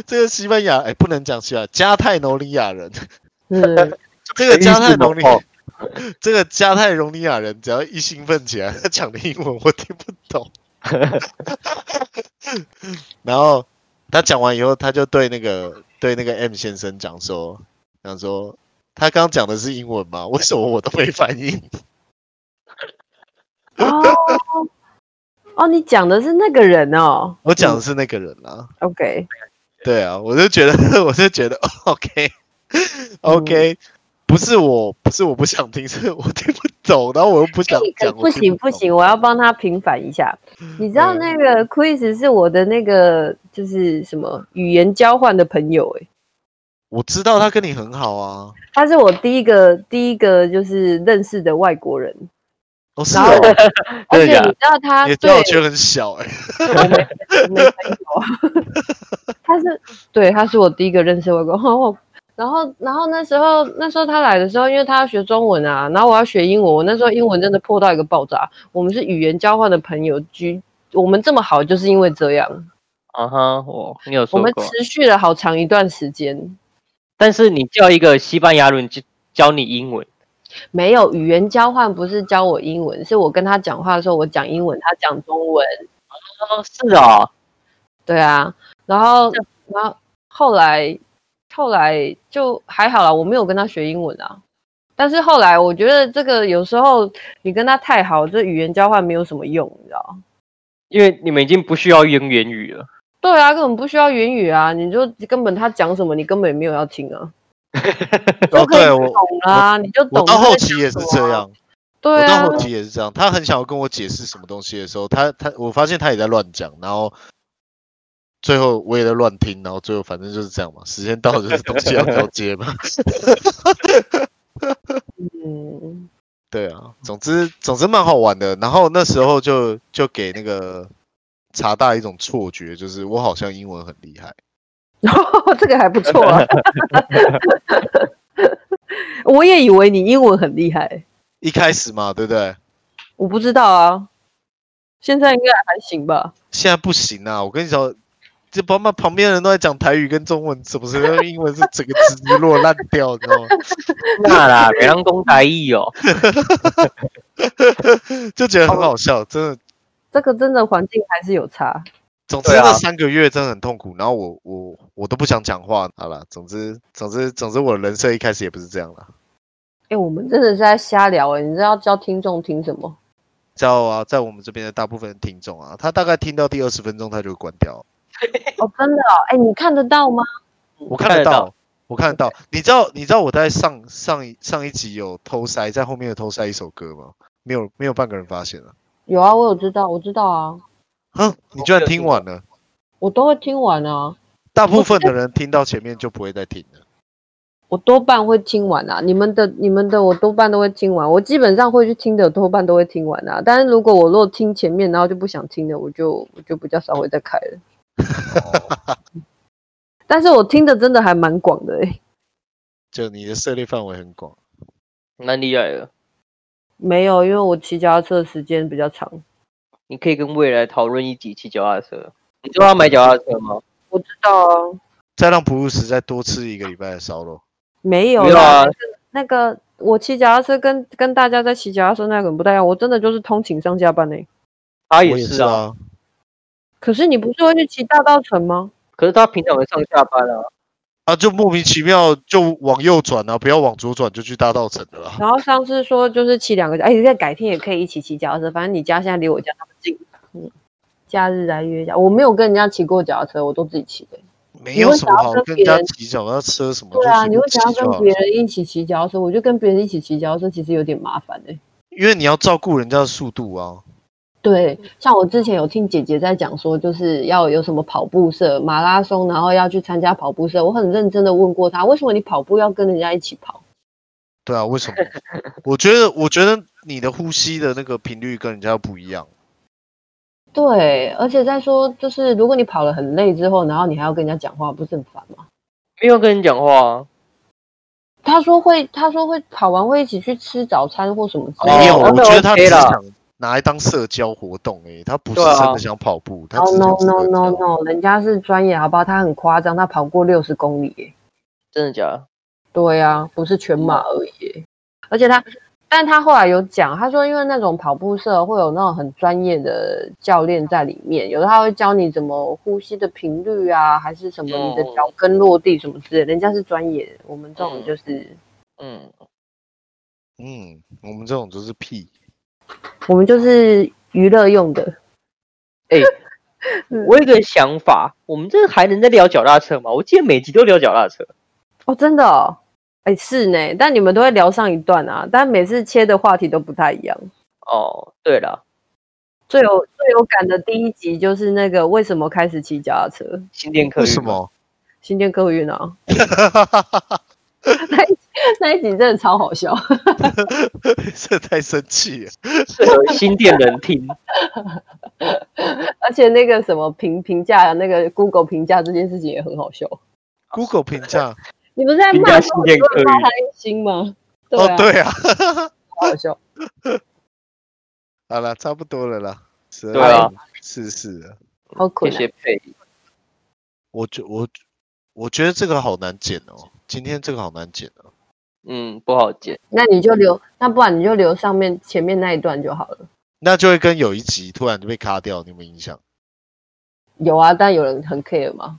Speaker 1: 这个西班牙，哎，不能讲西班牙，加泰罗尼亚人，
Speaker 4: 嗯，
Speaker 1: 这个加泰罗尼亚
Speaker 3: 哦，
Speaker 1: 这个加泰罗尼亚人，只要一兴奋起来， 他讲的英文我听不懂。 然后他讲完以后，他就对那个对那个 M 先生讲说，讲说他刚讲的是英文吗？ 为什么我都没反应？
Speaker 4: 哦，哦，你讲的是那个人哦
Speaker 1: 我讲的是那个人啊，
Speaker 4: ，OK，
Speaker 1: 对啊，我就觉得， 我就觉得 OK OK，、不
Speaker 4: 嗯
Speaker 1: 是我，不是我不想听，是我听不懂，然后我又不嗯想
Speaker 4: 哎可
Speaker 1: 讲，
Speaker 4: 不行不行，我要帮他平反一下。你知道
Speaker 1: 对
Speaker 4: 那个 Quiz 是我的那个就是什么语言交换的朋友、欸，
Speaker 1: 我知道他跟你很好啊，
Speaker 4: 他是我第一个第一个就是认识的外国人，
Speaker 1: 哦是
Speaker 4: 然后
Speaker 1: 哦，
Speaker 4: 而
Speaker 3: 真的假
Speaker 4: 且你
Speaker 3: 的
Speaker 4: 知道他
Speaker 1: 你的
Speaker 4: 啊对
Speaker 1: 交友圈很小哎、
Speaker 4: 我 没朋友， 他是对，他是我第一个认识的外国人，然 后然后然后那时候那时候他来的时候，因为他要学中文啊，然后我要学英文，我那时候英文真的破到一个爆炸，我们是语言交换的朋友居。我们这么好，就是因为这样。
Speaker 3: 啊哈，我你有
Speaker 4: 我
Speaker 3: 说
Speaker 4: 们
Speaker 3: 过，
Speaker 4: 持续了好长一段时间，
Speaker 3: 但是你叫一个西班牙人教教你英文，
Speaker 4: 没有语言交换，不是教我英文，是我跟他讲话的时候，我讲英文，他讲中文。
Speaker 3: 哦，是哦，
Speaker 4: 对啊，然后然后后来后来就还好啦，我没有跟他学英文啊。但是后来我觉得这个有时候你跟他太好，这语言交换没有什么用，你知道吗？
Speaker 3: 因为你们已经不需要用言语 了。
Speaker 4: 对啊，根本不需要言语啊，你就根本他讲什么你根本也没有要听啊，
Speaker 1: 哦，
Speaker 4: 都可以
Speaker 1: 对
Speaker 4: 懂
Speaker 1: 我，
Speaker 4: 啊，你就懂
Speaker 1: 我
Speaker 4: 他
Speaker 1: 到
Speaker 4: 在
Speaker 1: 后
Speaker 4: 讲
Speaker 1: 期也是
Speaker 4: 什么
Speaker 1: 这
Speaker 4: 啊，
Speaker 1: 样，
Speaker 4: 对
Speaker 1: 我到
Speaker 4: 啊
Speaker 1: 后，期也是这样。他很想要跟我解释什么东西的时候，他他我发现他也在乱讲，然后最后我也在乱听，然后最后反正就是这样嘛。时间到了就是东西要交接嘛。
Speaker 4: 嗯，
Speaker 1: 对啊，总之总之蛮好玩的。然后那时候就就给那个查大一种错觉，就是我好像英文很厉害。
Speaker 4: 这个还不错 啊，我也以为你英文很厉害。
Speaker 1: 一开始嘛，对不对？
Speaker 4: 我不知道啊，现在应该还行吧？
Speaker 1: 现在不行啊！我跟你说，这旁边旁边的人都在讲台语跟中文，怎么是 英文是整个直直落烂掉，你知道吗？
Speaker 3: 那啦，美当公台译哦，
Speaker 1: 就觉得很好笑，真的。
Speaker 4: 这个真的环境还是有差。
Speaker 1: 总之
Speaker 3: 对啊
Speaker 1: 那三个月真的很痛苦，然后我我我都不想讲话。好了，总之总之总之，我的人设一开始也不是这样了。
Speaker 4: 哎、我们真的是在瞎聊哎、你知道教听众听什么？
Speaker 1: 知道啊，在我们这边的大部分的听众啊，他大概听到第二十分钟他就会关掉。
Speaker 4: 哦，真的哦，哎、你看得到吗？
Speaker 1: 我看得到，我看得到。你知道你知道我在上上一上一集有偷塞在后面有偷塞一首歌吗？没有没有半个人发现了。
Speaker 4: 有啊，我有知道，我知道啊，
Speaker 1: 哼，你居然听完了。
Speaker 4: 我都会听完啊，
Speaker 1: 大部分的人听到前面就不会再听了。
Speaker 4: 我多半会听完啊。你们的、你们的，我多半都会听完。我基本上会去听的，多半都会听完啊。但是如果我若听前面，然后就不想听的，我就我就比较少会再开了。 但是我听的真的还蛮广的、欸，
Speaker 1: 就你的涉猎范围很广。
Speaker 3: 蛮厉害的。
Speaker 4: 没有，因为我骑脚踏车的时间比较长。
Speaker 3: 你可以跟未来讨论一起骑脚踏车。你知道要买脚踏车吗？
Speaker 4: 我知道啊，
Speaker 1: 再让普鲁斯再多吃一个礼拜的烧肉，
Speaker 4: 没有
Speaker 3: 没有啊
Speaker 4: 啦，那个我骑脚踏车跟跟大家在骑脚踏车那个很不太一样，我真的就是通勤上下班呢、
Speaker 3: 他
Speaker 1: 我
Speaker 3: 也
Speaker 1: 也
Speaker 3: 是
Speaker 1: 是
Speaker 3: 啊，
Speaker 1: 啊。
Speaker 4: 可是你不是会去骑大道城吗？
Speaker 3: 可是他平常会上下班啊。
Speaker 1: 啊，就莫名其妙就往右转啊，不要往左转，就去大道城的啦。
Speaker 4: 然后上次说就是骑两个，哎，再改天也可以一起骑脚踏车，反正你家现在离我家那么近，嗯，假日来约一下。我没有跟人家骑过脚踏车，我都自己骑的。
Speaker 1: 没有什么好
Speaker 4: 你会想要跟
Speaker 1: 跟人家
Speaker 4: 别人
Speaker 1: 骑脚踏车什么，
Speaker 4: 对啊，
Speaker 1: 就
Speaker 4: 你会
Speaker 1: 随
Speaker 4: 想
Speaker 1: 便骑
Speaker 4: 要
Speaker 1: 就好
Speaker 4: 跟别人一起骑脚踏车，我就跟别人一起骑脚踏车，其实有点麻烦哎、
Speaker 1: 因为你要照顾人家的速度啊。
Speaker 4: 对，像我之前有听姐姐在讲说，就是要有什么跑步社、马拉松，然后要去参加跑步社。我很认真的问过她，为什么你跑步要跟人家一起跑？
Speaker 1: 对啊，为 什么？我觉得，我觉得你的呼吸的那个频率跟人家不一样。
Speaker 4: 对，而且再说就是，如果你跑了很累之后，然后你还要跟人家讲话，不是很烦吗？
Speaker 3: 没有跟你讲话啊，
Speaker 4: 她说会，她说会跑完会一起去吃早餐或什么之类的。
Speaker 1: 没有，
Speaker 3: 哦
Speaker 1: 我
Speaker 3: 那
Speaker 1: 觉得他只
Speaker 3: OK
Speaker 1: 是
Speaker 3: 啦
Speaker 1: 想拿来当社交活动诶、他不是
Speaker 3: 对啊
Speaker 1: 真的想跑步，他
Speaker 4: 哦
Speaker 1: 只是
Speaker 4: no
Speaker 1: 想社
Speaker 4: no no
Speaker 1: 交
Speaker 4: no，人家是专业，好不好？她很夸张，她跑过六十公里耶、
Speaker 3: 真的假的？
Speaker 4: 对啊，不是全马而已耶。而且他，但他后来有讲，他说因为那种跑步社会有那种很专业的教练在里面，有的他会教你怎么呼吸的频率啊，还是什么你的
Speaker 3: 嗯
Speaker 4: 脚跟落地什么之类的，人家是专业的，我们这种
Speaker 3: 嗯
Speaker 4: 就是、
Speaker 3: 嗯，
Speaker 1: 嗯，我们这种就是屁。
Speaker 4: 我们就是娱乐用的。
Speaker 3: 哎
Speaker 4: 嗯
Speaker 3: 我有一个想法，我们这还能再聊脚踏车吗？我记得每集都聊脚踏车。
Speaker 4: 哦，真的哦，哎是呢，但你们都会聊上一段啊，但每次切的话题都不太一样。
Speaker 3: 哦，对了，
Speaker 4: 最有最有感的第一集就是那个为什么开始骑脚踏车，
Speaker 3: 新店客
Speaker 1: 为
Speaker 3: 运
Speaker 1: 什
Speaker 3: 吗？
Speaker 1: 么？
Speaker 4: 新店客运啊，那一集真的超好笑，
Speaker 1: 这太生气
Speaker 4: 哦
Speaker 1: 了。
Speaker 3: 适合新店人听。
Speaker 4: 而且那个什么评评价，那个 Google 评价这件事情也很好笑。
Speaker 1: Google 评价，
Speaker 4: 你不是在
Speaker 3: 评
Speaker 4: 骂
Speaker 3: 价
Speaker 4: 说
Speaker 3: 新
Speaker 4: 很
Speaker 3: 店
Speaker 4: 多
Speaker 3: 客
Speaker 4: 人骂他
Speaker 3: 运，
Speaker 4: 一星吗？ 对
Speaker 1: 哦
Speaker 4: 啊，，
Speaker 1: 对啊，
Speaker 4: 好好笑。
Speaker 1: 好了，差不多了啦，十
Speaker 3: 对啊
Speaker 1: 二点四四了。
Speaker 4: 好困
Speaker 3: 谢
Speaker 4: 难
Speaker 3: 谢佩。
Speaker 1: 我觉我我觉得这个好难剪哦，今天这个好难剪哦。
Speaker 3: 嗯，不好剪。
Speaker 4: 那你就留，那不然你就留上面前面那一段就好了。
Speaker 1: 那就会跟有一集突然就被卡掉，你有没有印象？
Speaker 4: 有啊，但有人很 care 吗？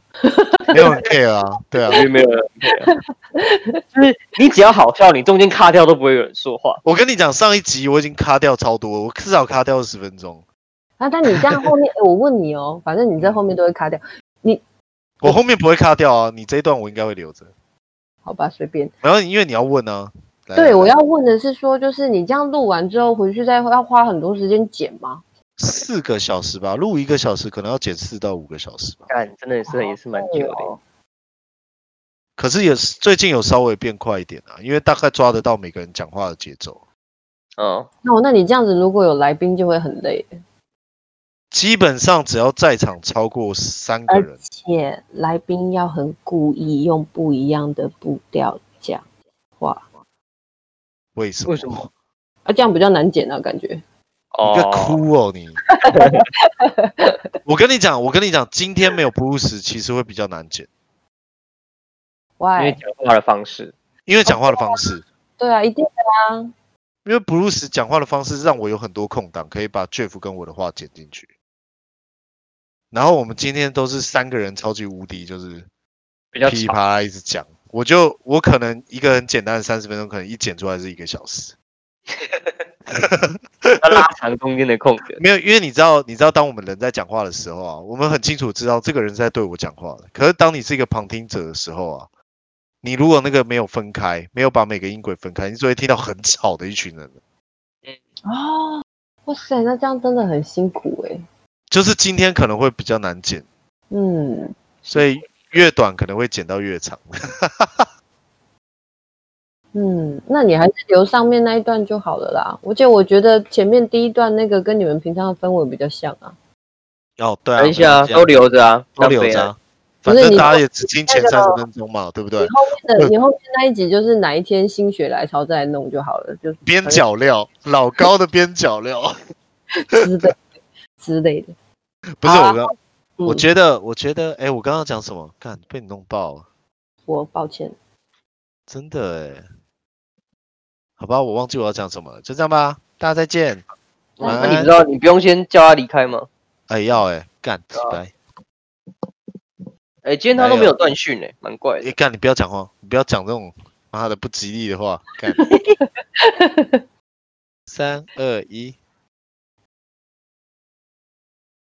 Speaker 1: 没有人 care 啊，对啊
Speaker 3: 我。觉得没有人啊 care 就是你只要好笑，你中间卡掉都不会有人说话。
Speaker 1: 我跟你讲，上一集我已经卡掉超多，我至少卡掉十分钟。
Speaker 4: 啊，但你这样后 面，诶我问你哦，反正你在后面都会卡掉，
Speaker 1: 我后面不会卡掉啊，你这一段我应该会留着。
Speaker 4: 好吧，随便。
Speaker 1: 然后因为你要问啊，
Speaker 3: 哎
Speaker 1: 来来
Speaker 4: 对，
Speaker 1: 来
Speaker 4: 我要问的是说，就是你这样录完之后回去再要花很多时间剪吗？
Speaker 1: 四个小时吧，录一个小时可能要剪四到五个小时吧。
Speaker 3: 但真的是也是蛮久
Speaker 4: 哦
Speaker 3: 的。
Speaker 1: 可是也是最近有稍微变快一点啊，因为大概抓得到每个人讲话的节奏。
Speaker 3: 嗯，
Speaker 4: 哦，那你这样子如果有来宾就会很累。
Speaker 1: 基本上只要在场超过三个
Speaker 4: 而
Speaker 3: 哎
Speaker 1: 人，
Speaker 4: 且来宾要很故意用不一样的步调讲话，
Speaker 1: 为什么？
Speaker 3: 为什么？
Speaker 4: 啊，这样比较难剪啊，感觉。
Speaker 1: 你个
Speaker 3: 哦，
Speaker 1: 哭哦 你！我跟你讲，我跟你讲，今天没有不入时，其实会比较难剪，
Speaker 3: 因为
Speaker 4: 喂，
Speaker 3: 讲话的方式。
Speaker 1: 因为讲话的方式，
Speaker 4: 对啊，一定的啊，
Speaker 1: 因为布鲁斯讲话的方式让我有很多空档，可以把 Jeff 跟我的话剪进去。然后我们今天都是三个人超级无敌，就是
Speaker 3: 比较
Speaker 1: 噼里
Speaker 3: 长
Speaker 1: 啪啦一直讲，我就我可能一个很简单的三十分钟，可能一剪出来是一个小时。
Speaker 3: 要拉长中间的空格。
Speaker 1: 没有，因为你知道，你知道，当我们人在讲话的时候啊，我们很清楚知道这个人是在对我讲话的。可是当你是一个旁听者的时候啊，你如果那个没有分开，没有把每个音轨分开，你只会听到很吵的一群人。
Speaker 4: 哦，哇塞，那这样真的很辛苦哎、
Speaker 1: 就是今天可能会比较难剪，
Speaker 4: 嗯，
Speaker 1: 所以越短可能会剪到越长。
Speaker 4: 嗯，那你还是留上面那一段就好了啦。而且我觉得前面第一段那个跟你们平常的氛围比较像啊。
Speaker 1: 哦，对啊，
Speaker 3: 等一下，
Speaker 1: 都
Speaker 3: 都留着啊，
Speaker 1: 都留着啊、反
Speaker 4: 不是
Speaker 1: 正
Speaker 4: 你
Speaker 1: 大家
Speaker 4: 后
Speaker 1: 也只听前
Speaker 4: 那个
Speaker 1: 三十分钟嘛，对不对
Speaker 4: 你？后面的你后面那一集就是哪一天心血来潮再来弄就好了，就是
Speaker 1: 边角料，老高的边角料，
Speaker 4: 之 类之类的。
Speaker 1: 不是
Speaker 4: 好啊
Speaker 1: 我刚，
Speaker 4: 嗯
Speaker 1: 我觉得，我觉得，哎，我刚刚讲什么？看被你弄爆了，
Speaker 4: 我抱歉，
Speaker 1: 真的哎。好吧，我忘记我要讲什么了，就这样吧，大家再见。晚
Speaker 3: 那
Speaker 1: 安
Speaker 3: 你不知道，你不用先叫他离开吗？
Speaker 1: 哎，要哎，干，拜。
Speaker 3: 哎、今天他都没有断讯哎，蛮怪的。
Speaker 1: 哎，干，你不要讲话，你不要讲这种 妈的不吉利的话，干。三二一。